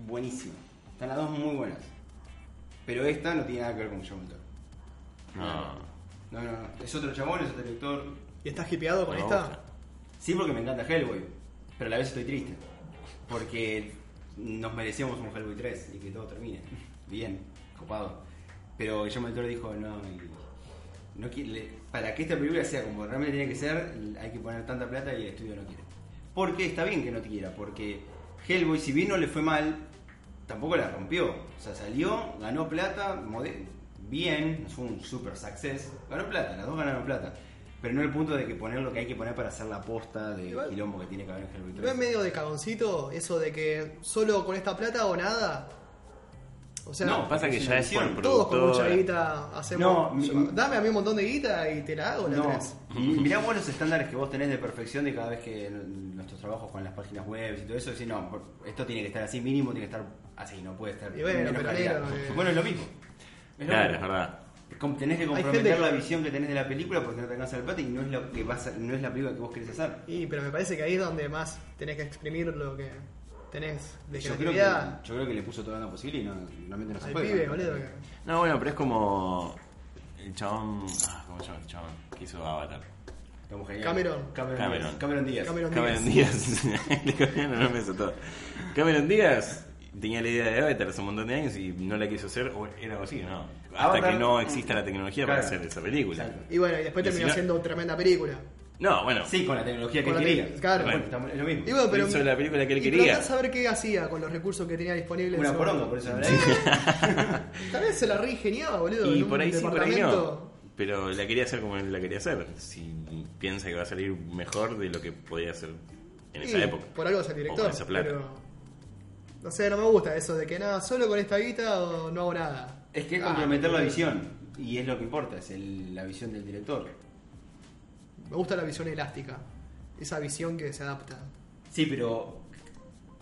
buenísima. Están las dos muy buenas. Pero esta no tiene nada que ver con John Toro.
No.
No, no, no. Es otro chabón, es otro director.
¿Y estás hipeado con
Me
esta?
gusta.
Sí, porque me encanta Hellboy. Pero a la vez estoy triste. Porque nos merecíamos un Hellboy 3 y que todo termine. Bien, copado. Pero Guillermo del Toro dijo, no, y- no qui- le- para que esta película sea como realmente tiene que ser, hay que poner tanta plata y el estudio no quiere. Porque está bien que no quiera, porque Hellboy, si bien no le fue mal, tampoco la rompió. O sea, salió, ganó plata, mode- bien, fue un super success. Ganó plata, las dos ganaron plata. Pero no el punto de que poner lo que hay que poner para hacer la posta de
Igual-
quilombo que tiene que haber en Hellboy 3.
¿No es medio de cagoncito eso de que solo con esta plata o nada? O sea,
No,
Pasa que
Es
ya
una
es por
acción.
todos con mucha
productora.
guita
No,
hacemos.
mi-
dame a mí un montón de guita y te la hago la
No,
tres.
mi- mirá vos los estándares que vos tenés de perfección de cada vez que n- nuestros trabajos con las páginas web y todo eso, decís, no, por- esto tiene que estar así, mínimo tiene que estar así, no puede estar
Y bueno,
menos
pero
calidad.
negro, eh.
Bueno, es lo mismo. Es lo
Claro, es
mismo.
verdad.
Com- Tenés que
gente
comprometer
que-
la visión que tenés de la película porque no te alcanza el plata y no es, lo que vas a- no es la película que vos querés hacer.
Y pero me parece que ahí es donde más tenés que exprimir lo que tenés de
Yo creo, que, yo
creatividad
creo que le puso todo lo posible y no, realmente no se
al
puede.
pibe,
¿no?
boludo. que-
No, bueno, pero es como. El chabón. Ah, ¿Cómo se llama el chabón? Que hizo Avatar.
Estamos genial.
Cameron.
Cameron.
Cameron.
Díaz. Cameron Díaz.
Cameron. Díaz.
Cameron Díaz. Le cambiaron el nombre a todo. Cameron Díaz tenía la idea de Avatar hace un montón de años y no la quiso hacer, o era algo así, ¿no? Hasta
Avatar-
que no exista la tecnología para
Claro.
hacer esa película.
Exacto.
Y bueno, y después
Y si
terminó
no-
siendo tremenda película.
No, bueno.
Sí, con la tecnología que
Con la
quería.
tec- claro.
Bueno, estamos- es lo mismo.
Y bueno, pero.
Hizo la película que él
y
quería.
tratá de saber qué hacía con los recursos que tenía disponibles.
Una
o-
poronga, por eso la verdad.
Tal vez se la reingeniaba, boludo.
Y
en un
por ahí sí, por ahí no.
departamento.
Pero la quería hacer como él la quería hacer. Si piensa que va a salir mejor de lo que podía hacer en esa
Y
época.
Por algo es el
O
director.
con esa plata.
Pero. No sé, no me gusta eso de que nada, solo con esta guita o no hago nada.
Es que es
Ah,
comprometer la visión. Y es lo que importa, es el- la visión del director.
Me gusta la visión elástica. Esa visión que se adapta.
Sí, pero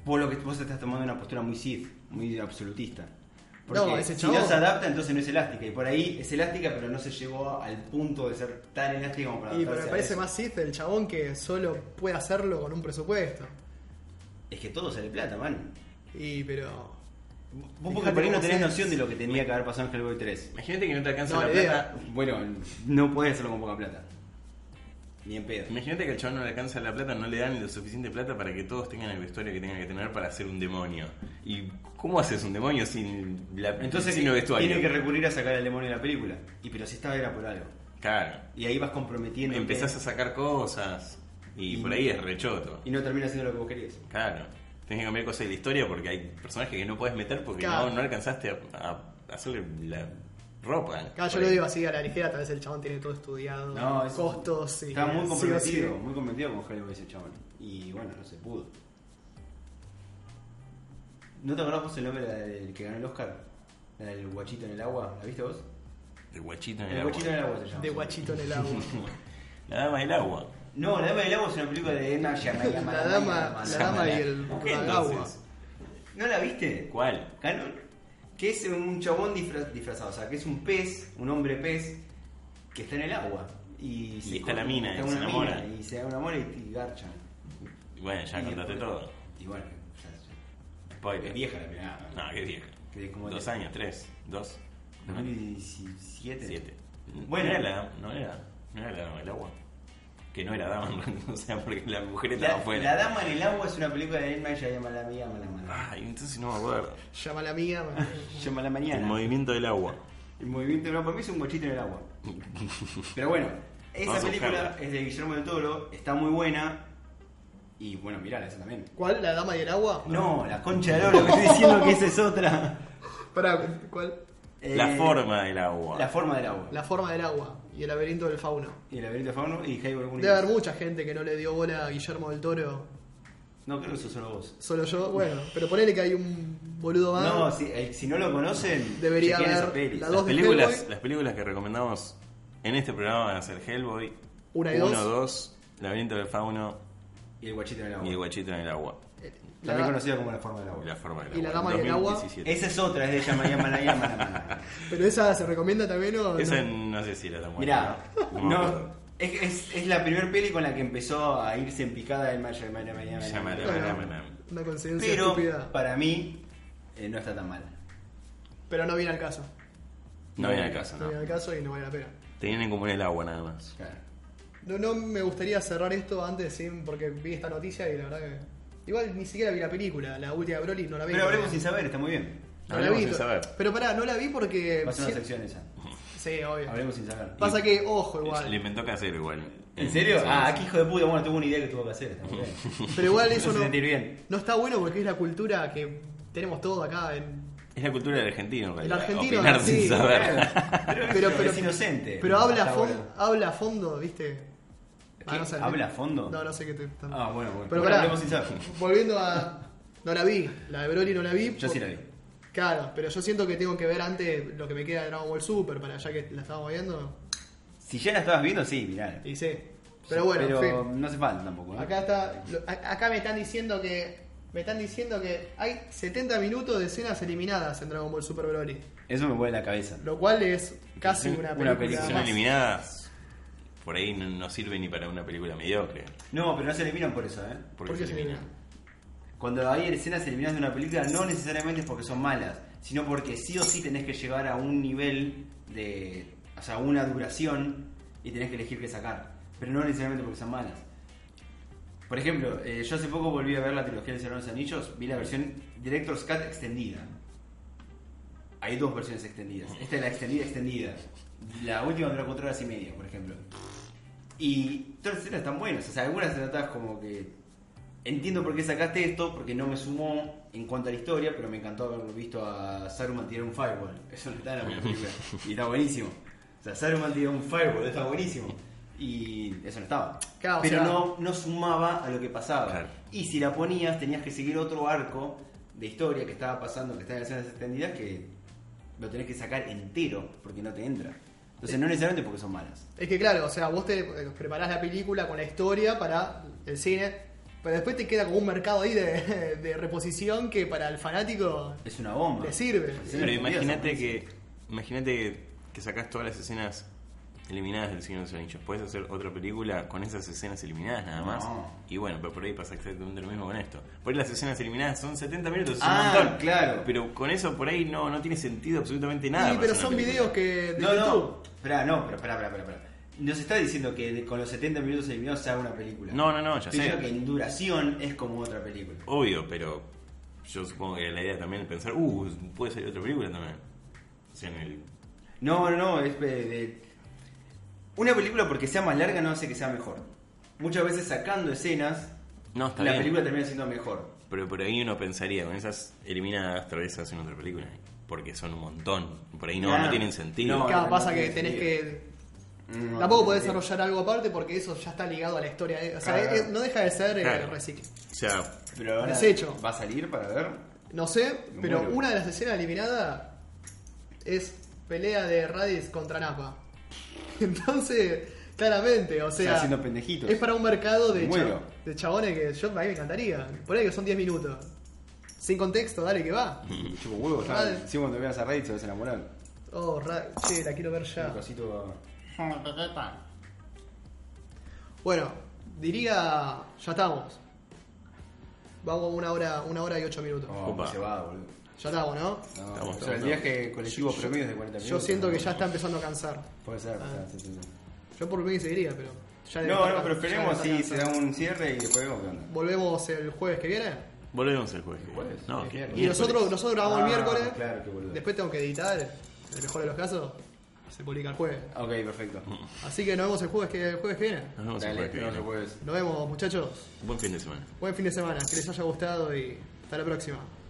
vos, lo que, vos estás tomando una postura muy Sith, muy absolutista. Porque
No, ese
si
chabón-
no se adapta, entonces no es elástica. Y por ahí es elástica, pero no se llegó al punto de ser tan elástica como para
Y pero
adaptarse
me
a
parece
eso.
más Sith el chabón que solo puede hacerlo con un presupuesto.
Es que todo sale plata, man.
Y pero.
Vos porque por ahí
cómo
no tenés
se-
noción de lo que tenía que haber pasado en Hellboy 3.
Imagínate que no te alcanza
No,
la
la
plata.
idea.
Bueno, no podés hacerlo con poca plata. Ni en pedo.
Imagínate que al chabón no le alcanza la plata, no le dan lo suficiente plata para que todos tengan el vestuario que tengan que tener para hacer un demonio. ¿Y cómo haces un demonio sin la
Entonces
sin el vestuario?
tienen que recurrir a sacar al demonio de la película. Y pero si estaba era por algo.
Claro.
Y ahí vas comprometiendo.
Empezás a sacar cosas y,
Y-
por ahí es rechoto.
Y no termina siendo lo que vos querías.
Claro. Tenés que cambiar cosas de la historia porque hay personajes que no puedes meter porque
Claro.
no, no alcanzaste a, a hacerle la ropa.
Claro, yo
Por
lo
ahí.
digo así a la ligera, tal vez el chabón tiene todo estudiado,
No, es-
costos y.
Estaba muy
sí o
comprometido,
sí.
muy comprometido con Hellboy ese chabón. Y bueno, no se pudo. ¿No te acordás vos el nombre de la del que ganó el Oscar? La del guachito en el agua, ¿la viste vos?
El guachito en
El,
el, agua.
guachito en el agua se llama.
De guachito en el agua.
La dama del agua.
No, La Dama del Agua es una película de Emma Shyamalan.
La dama, la dama y el
¿Por qué
agua.
entonces?
¿No la viste?
¿Cuál?
Ganó. Que es un chabón disfra- disfrazado, o sea, que es un pez, un hombre pez, que está en el agua. Y, se-
está la mina, y se
una
enamora.
mina, y se da un amor y, y garchan.
Bueno, ya
Y
contaste
después-
todo.
Y bueno, o sea,
Spoiler.
es vieja la película.
No, qué vieja.
Que como
Ah. Dos
de-
años, tres, dos, no,
2017.
siete.
Bueno.
no era la, no era, no era la dama del agua. que no era Dama, o sea, porque la mujer estaba
La,
afuera.
La Dama en el Agua es una película de Edmund Shyamalan, Shyamalan.
Ay, entonces no me acuerdo.
Llama la mía, man.
Llama la
El
mañana.
movimiento del agua.
El movimiento no, para mí es un bochito en el agua. Pero bueno, esa
Vamos a
película
buscarla.
es de Guillermo del Toro, está muy buena. Y bueno, mirala esa también.
¿Cuál? ¿La dama y el agua?
No, la concha del oro, que estoy diciendo que esa es otra.
Pará, ¿cuál?
La
Eh,
forma del agua.
La forma del agua.
La forma del agua y el laberinto del fauno.
Y el laberinto de fauno y Hayward Woody.
Debe haber mucha gente que no le dio bola a Guillermo del Toro.
No creo que eso solo vos.
Solo yo, bueno, pero ponele que hay un boludo más.
No, si, eh, si no lo conocen,
Ah. Debería
chequen
haber
esa peli.
la
Esa-
las,
dos de
películas,
Hellboy.
las películas que recomendamos en este programa van a ser Hellboy,
Una y
1,
dos.
2, Laberinto del Fauno
Y el guachito en el agua.
y El Guachito en el Agua.
Eh, La-
También conocida como la forma del agua.
La forma del
¿Y
agua.
la dama y el agua?
2017.
Esa es otra, es de Yamaya Malaya Malamala.
Pero esa se recomienda también o
Esa
no?
no sé si era tan buena.
Mirá,
me
no,
acuerdo.
es, es, es la primera peli con la que empezó a irse en picada el Maya Malaya
Llama la-
Malamala.
la- la- la-
una conciencia
Pero
estúpida.
para mí eh, no está tan mal.
Pero no viene al caso.
No viene al caso,
No viene
no.
al caso y no vale la pena.
Tenían en común el agua nada más.
Claro.
No, no me gustaría cerrar esto antes, ¿sí? porque vi esta noticia y la verdad que. Igual ni siquiera vi la película, la última de Broly, no la vi.
Pero hablemos sin saber, está muy bien.
No la
Hablemos
vi.
sin saber.
Pero pará, no la vi porque.
Va a ser una
sí-
sección esa.
Sí, obvio.
Hablemos sin saber.
Pasa que, ojo,
Lo
igual.
inventó Casero igual.
¿En serio?
Sí.
Ah, qué hijo de puta, bueno, tuvo una idea que tuvo que hacer. Está muy bien.
Pero igual eso
Eso se
no.
sentir bien.
No está bueno porque es la cultura que tenemos todo acá en.
Es la cultura del argentino, en realidad.
argentino,
Opinar
sí.
sin saber.
Pero,
Pero-
pero
pero-
es inocente.
Pero habla,
Está
a
bueno.
fon- habla a fondo, ¿viste? Ah, no sé.
¿Habla a fondo?
No, no sé qué te.
Ah, bueno, bueno.
Pero
Bueno,
pará.
hablemos sin saber.
Volviendo a. No la vi, la de Broly no la vi.
Yo sí la vi.
Claro, pero yo siento que tengo que ver antes lo que me queda de Dragon Ball Super para ya que la estábamos viendo.
Si ya la estabas viendo, sí, mirá.
Y sí. Pero bueno, en
Pero
fin.
no hace falta tampoco. ¿eh?
Acá está. lo- a- Acá me están diciendo que. Me están diciendo que hay 70 minutos de escenas eliminadas en Dragon Ball Super Broly.
Eso me huele la cabeza.
Lo cual es casi una
Una
película.
película.
Son
más.
eliminadas. Por ahí no, no sirve ni para una película mediocre.
No, pero no se eliminan por eso, ¿eh?
¿Por qué se elimina?
Cuando hay escenas eliminadas de una película, no necesariamente es porque son malas, sino porque sí o sí tenés que llegar a un nivel de. o sea, una duración y tenés que elegir qué sacar. Pero no necesariamente porque son malas. Por ejemplo, eh, yo hace poco volví a ver la trilogía del Señor de los Anillos, vi la versión Director's Cut extendida. Hay dos versiones extendidas. Esta es la extendida extendida. La última duró cuatro horas y media, por ejemplo. Y todas las escenas están buenas. O sea, algunas las tratás como que. Entiendo por qué sacaste esto, porque no me sumó en cuanto a la historia, pero me encantó haberlo visto a Saruman tirar un fireball. Eso no está en la primera película. Y está buenísimo. O sea, Saruman tiró un fireball, está buenísimo. Y eso no estaba.
Claro, o
pero
sea-
no, no sumaba a lo que pasaba.
Claro.
Y si la ponías, tenías que seguir otro arco de historia que estaba pasando, que estaba en escenas extendidas, que lo tenés que sacar entero, porque no te entra. Entonces, no necesariamente porque son malas.
Es que claro, o sea, vos te eh, preparás la película con la historia para el cine, pero después te queda como un mercado ahí de, de reposición que para el fanático
Es una bomba.
le sirve.
Sí,
Pero
sí,
imagínate
sí.
que. Imagínate que, que sacás todas las escenas eliminadas del Señor de los Anillos. Puedes hacer otra película con esas escenas eliminadas nada más.
No.
Y bueno, pero por ahí pasa exactamente lo mismo con esto. Por ahí las escenas eliminadas son 70 minutos, es
Ah,
un montón.
claro.
Pero con eso por ahí no, no tiene sentido absolutamente nada.
sí,
para
pero
hacer una
son videos
película.
que de
No,
YouTube.
no. Espera, no, pero espera, espera, espera, espera. Nos está diciendo que de- con los 70 minutos eliminados se haga una película.
No, no, no, ya
Estoy
sé.
diciendo que en duración es como otra película.
Obvio, pero yo supongo que la idea también es pensar, uh, puede salir otra película también. O sea, en el.
No, no, no, es de, de- Una película porque sea más larga no hace que sea mejor. Muchas veces sacando escenas,
No, está
la
bien.
película termina siendo mejor.
Pero por ahí uno pensaría, con esas eliminadas, tal vez hacen otra película. Porque son un montón. Por ahí no,
Claro.
no tienen sentido.
No,
Claro,
no,
pasa
no
que
tiene
tenés
sentido.
que.
Mm,
Tampoco
no,
podés
sí.
desarrollar algo aparte porque eso ya está ligado a la historia. eh. O sea,
Claro.
eh, no deja de ser eh,
Claro.
reciclo.
O sea,
Pero ahora
Desecho.
va a salir para ver.
No sé,
Me
pero
muero.
una de las escenas eliminadas es pelea de Raditz contra Napa. Entonces, claramente, o sea,
Están haciendo pendejitos.
es para un mercado de,
Me muero.
cha- de chabones que yo a mí me encantaría. Por ahí que son 10 minutos. Sin contexto, dale que va.
Y Chupo huevo, ya.
Vale.
Encima cuando veas a Reddit se vas a enamorar.
Oh, Ra- che, la quiero ver ya.
Un cosito.
Bueno, diría, ya estamos. Vamos a una hora, una hora y ocho minutos.
Oh,
Opa.
se va, boludo.
Ya estamos, ¿no?
No,
Estamos,
o sea, el
estamos.
viaje colectivo promedio es de 40
Yo
minutos.
siento que ya está empezando a cansar.
Puede ser, puede ser, sí, sí, sí.
Yo por mí seguiría, pero. Ya de
No,
estar-
no, pero esperemos
ya de
así,
estar
se da un cierre y después vemos qué onda.
Volvemos el jueves que viene.
Volvemos el jueves.
jueves?
No,
El
que-
viernes.
Y nosotros, nosotros grabamos el
Ah,
miércoles.
claro, qué boludo.
Después tengo que editar. En el mejor de los casos, se publica el jueves.
Ok, perfecto.
Así que nos vemos el jueves que, el jueves que viene.
Nos vemos el
Dale,
jueves. que
no se
viene.
puede.
Nos vemos, muchachos.
Buen fin de semana.
Buen fin de semana. Que les haya gustado y hasta la próxima.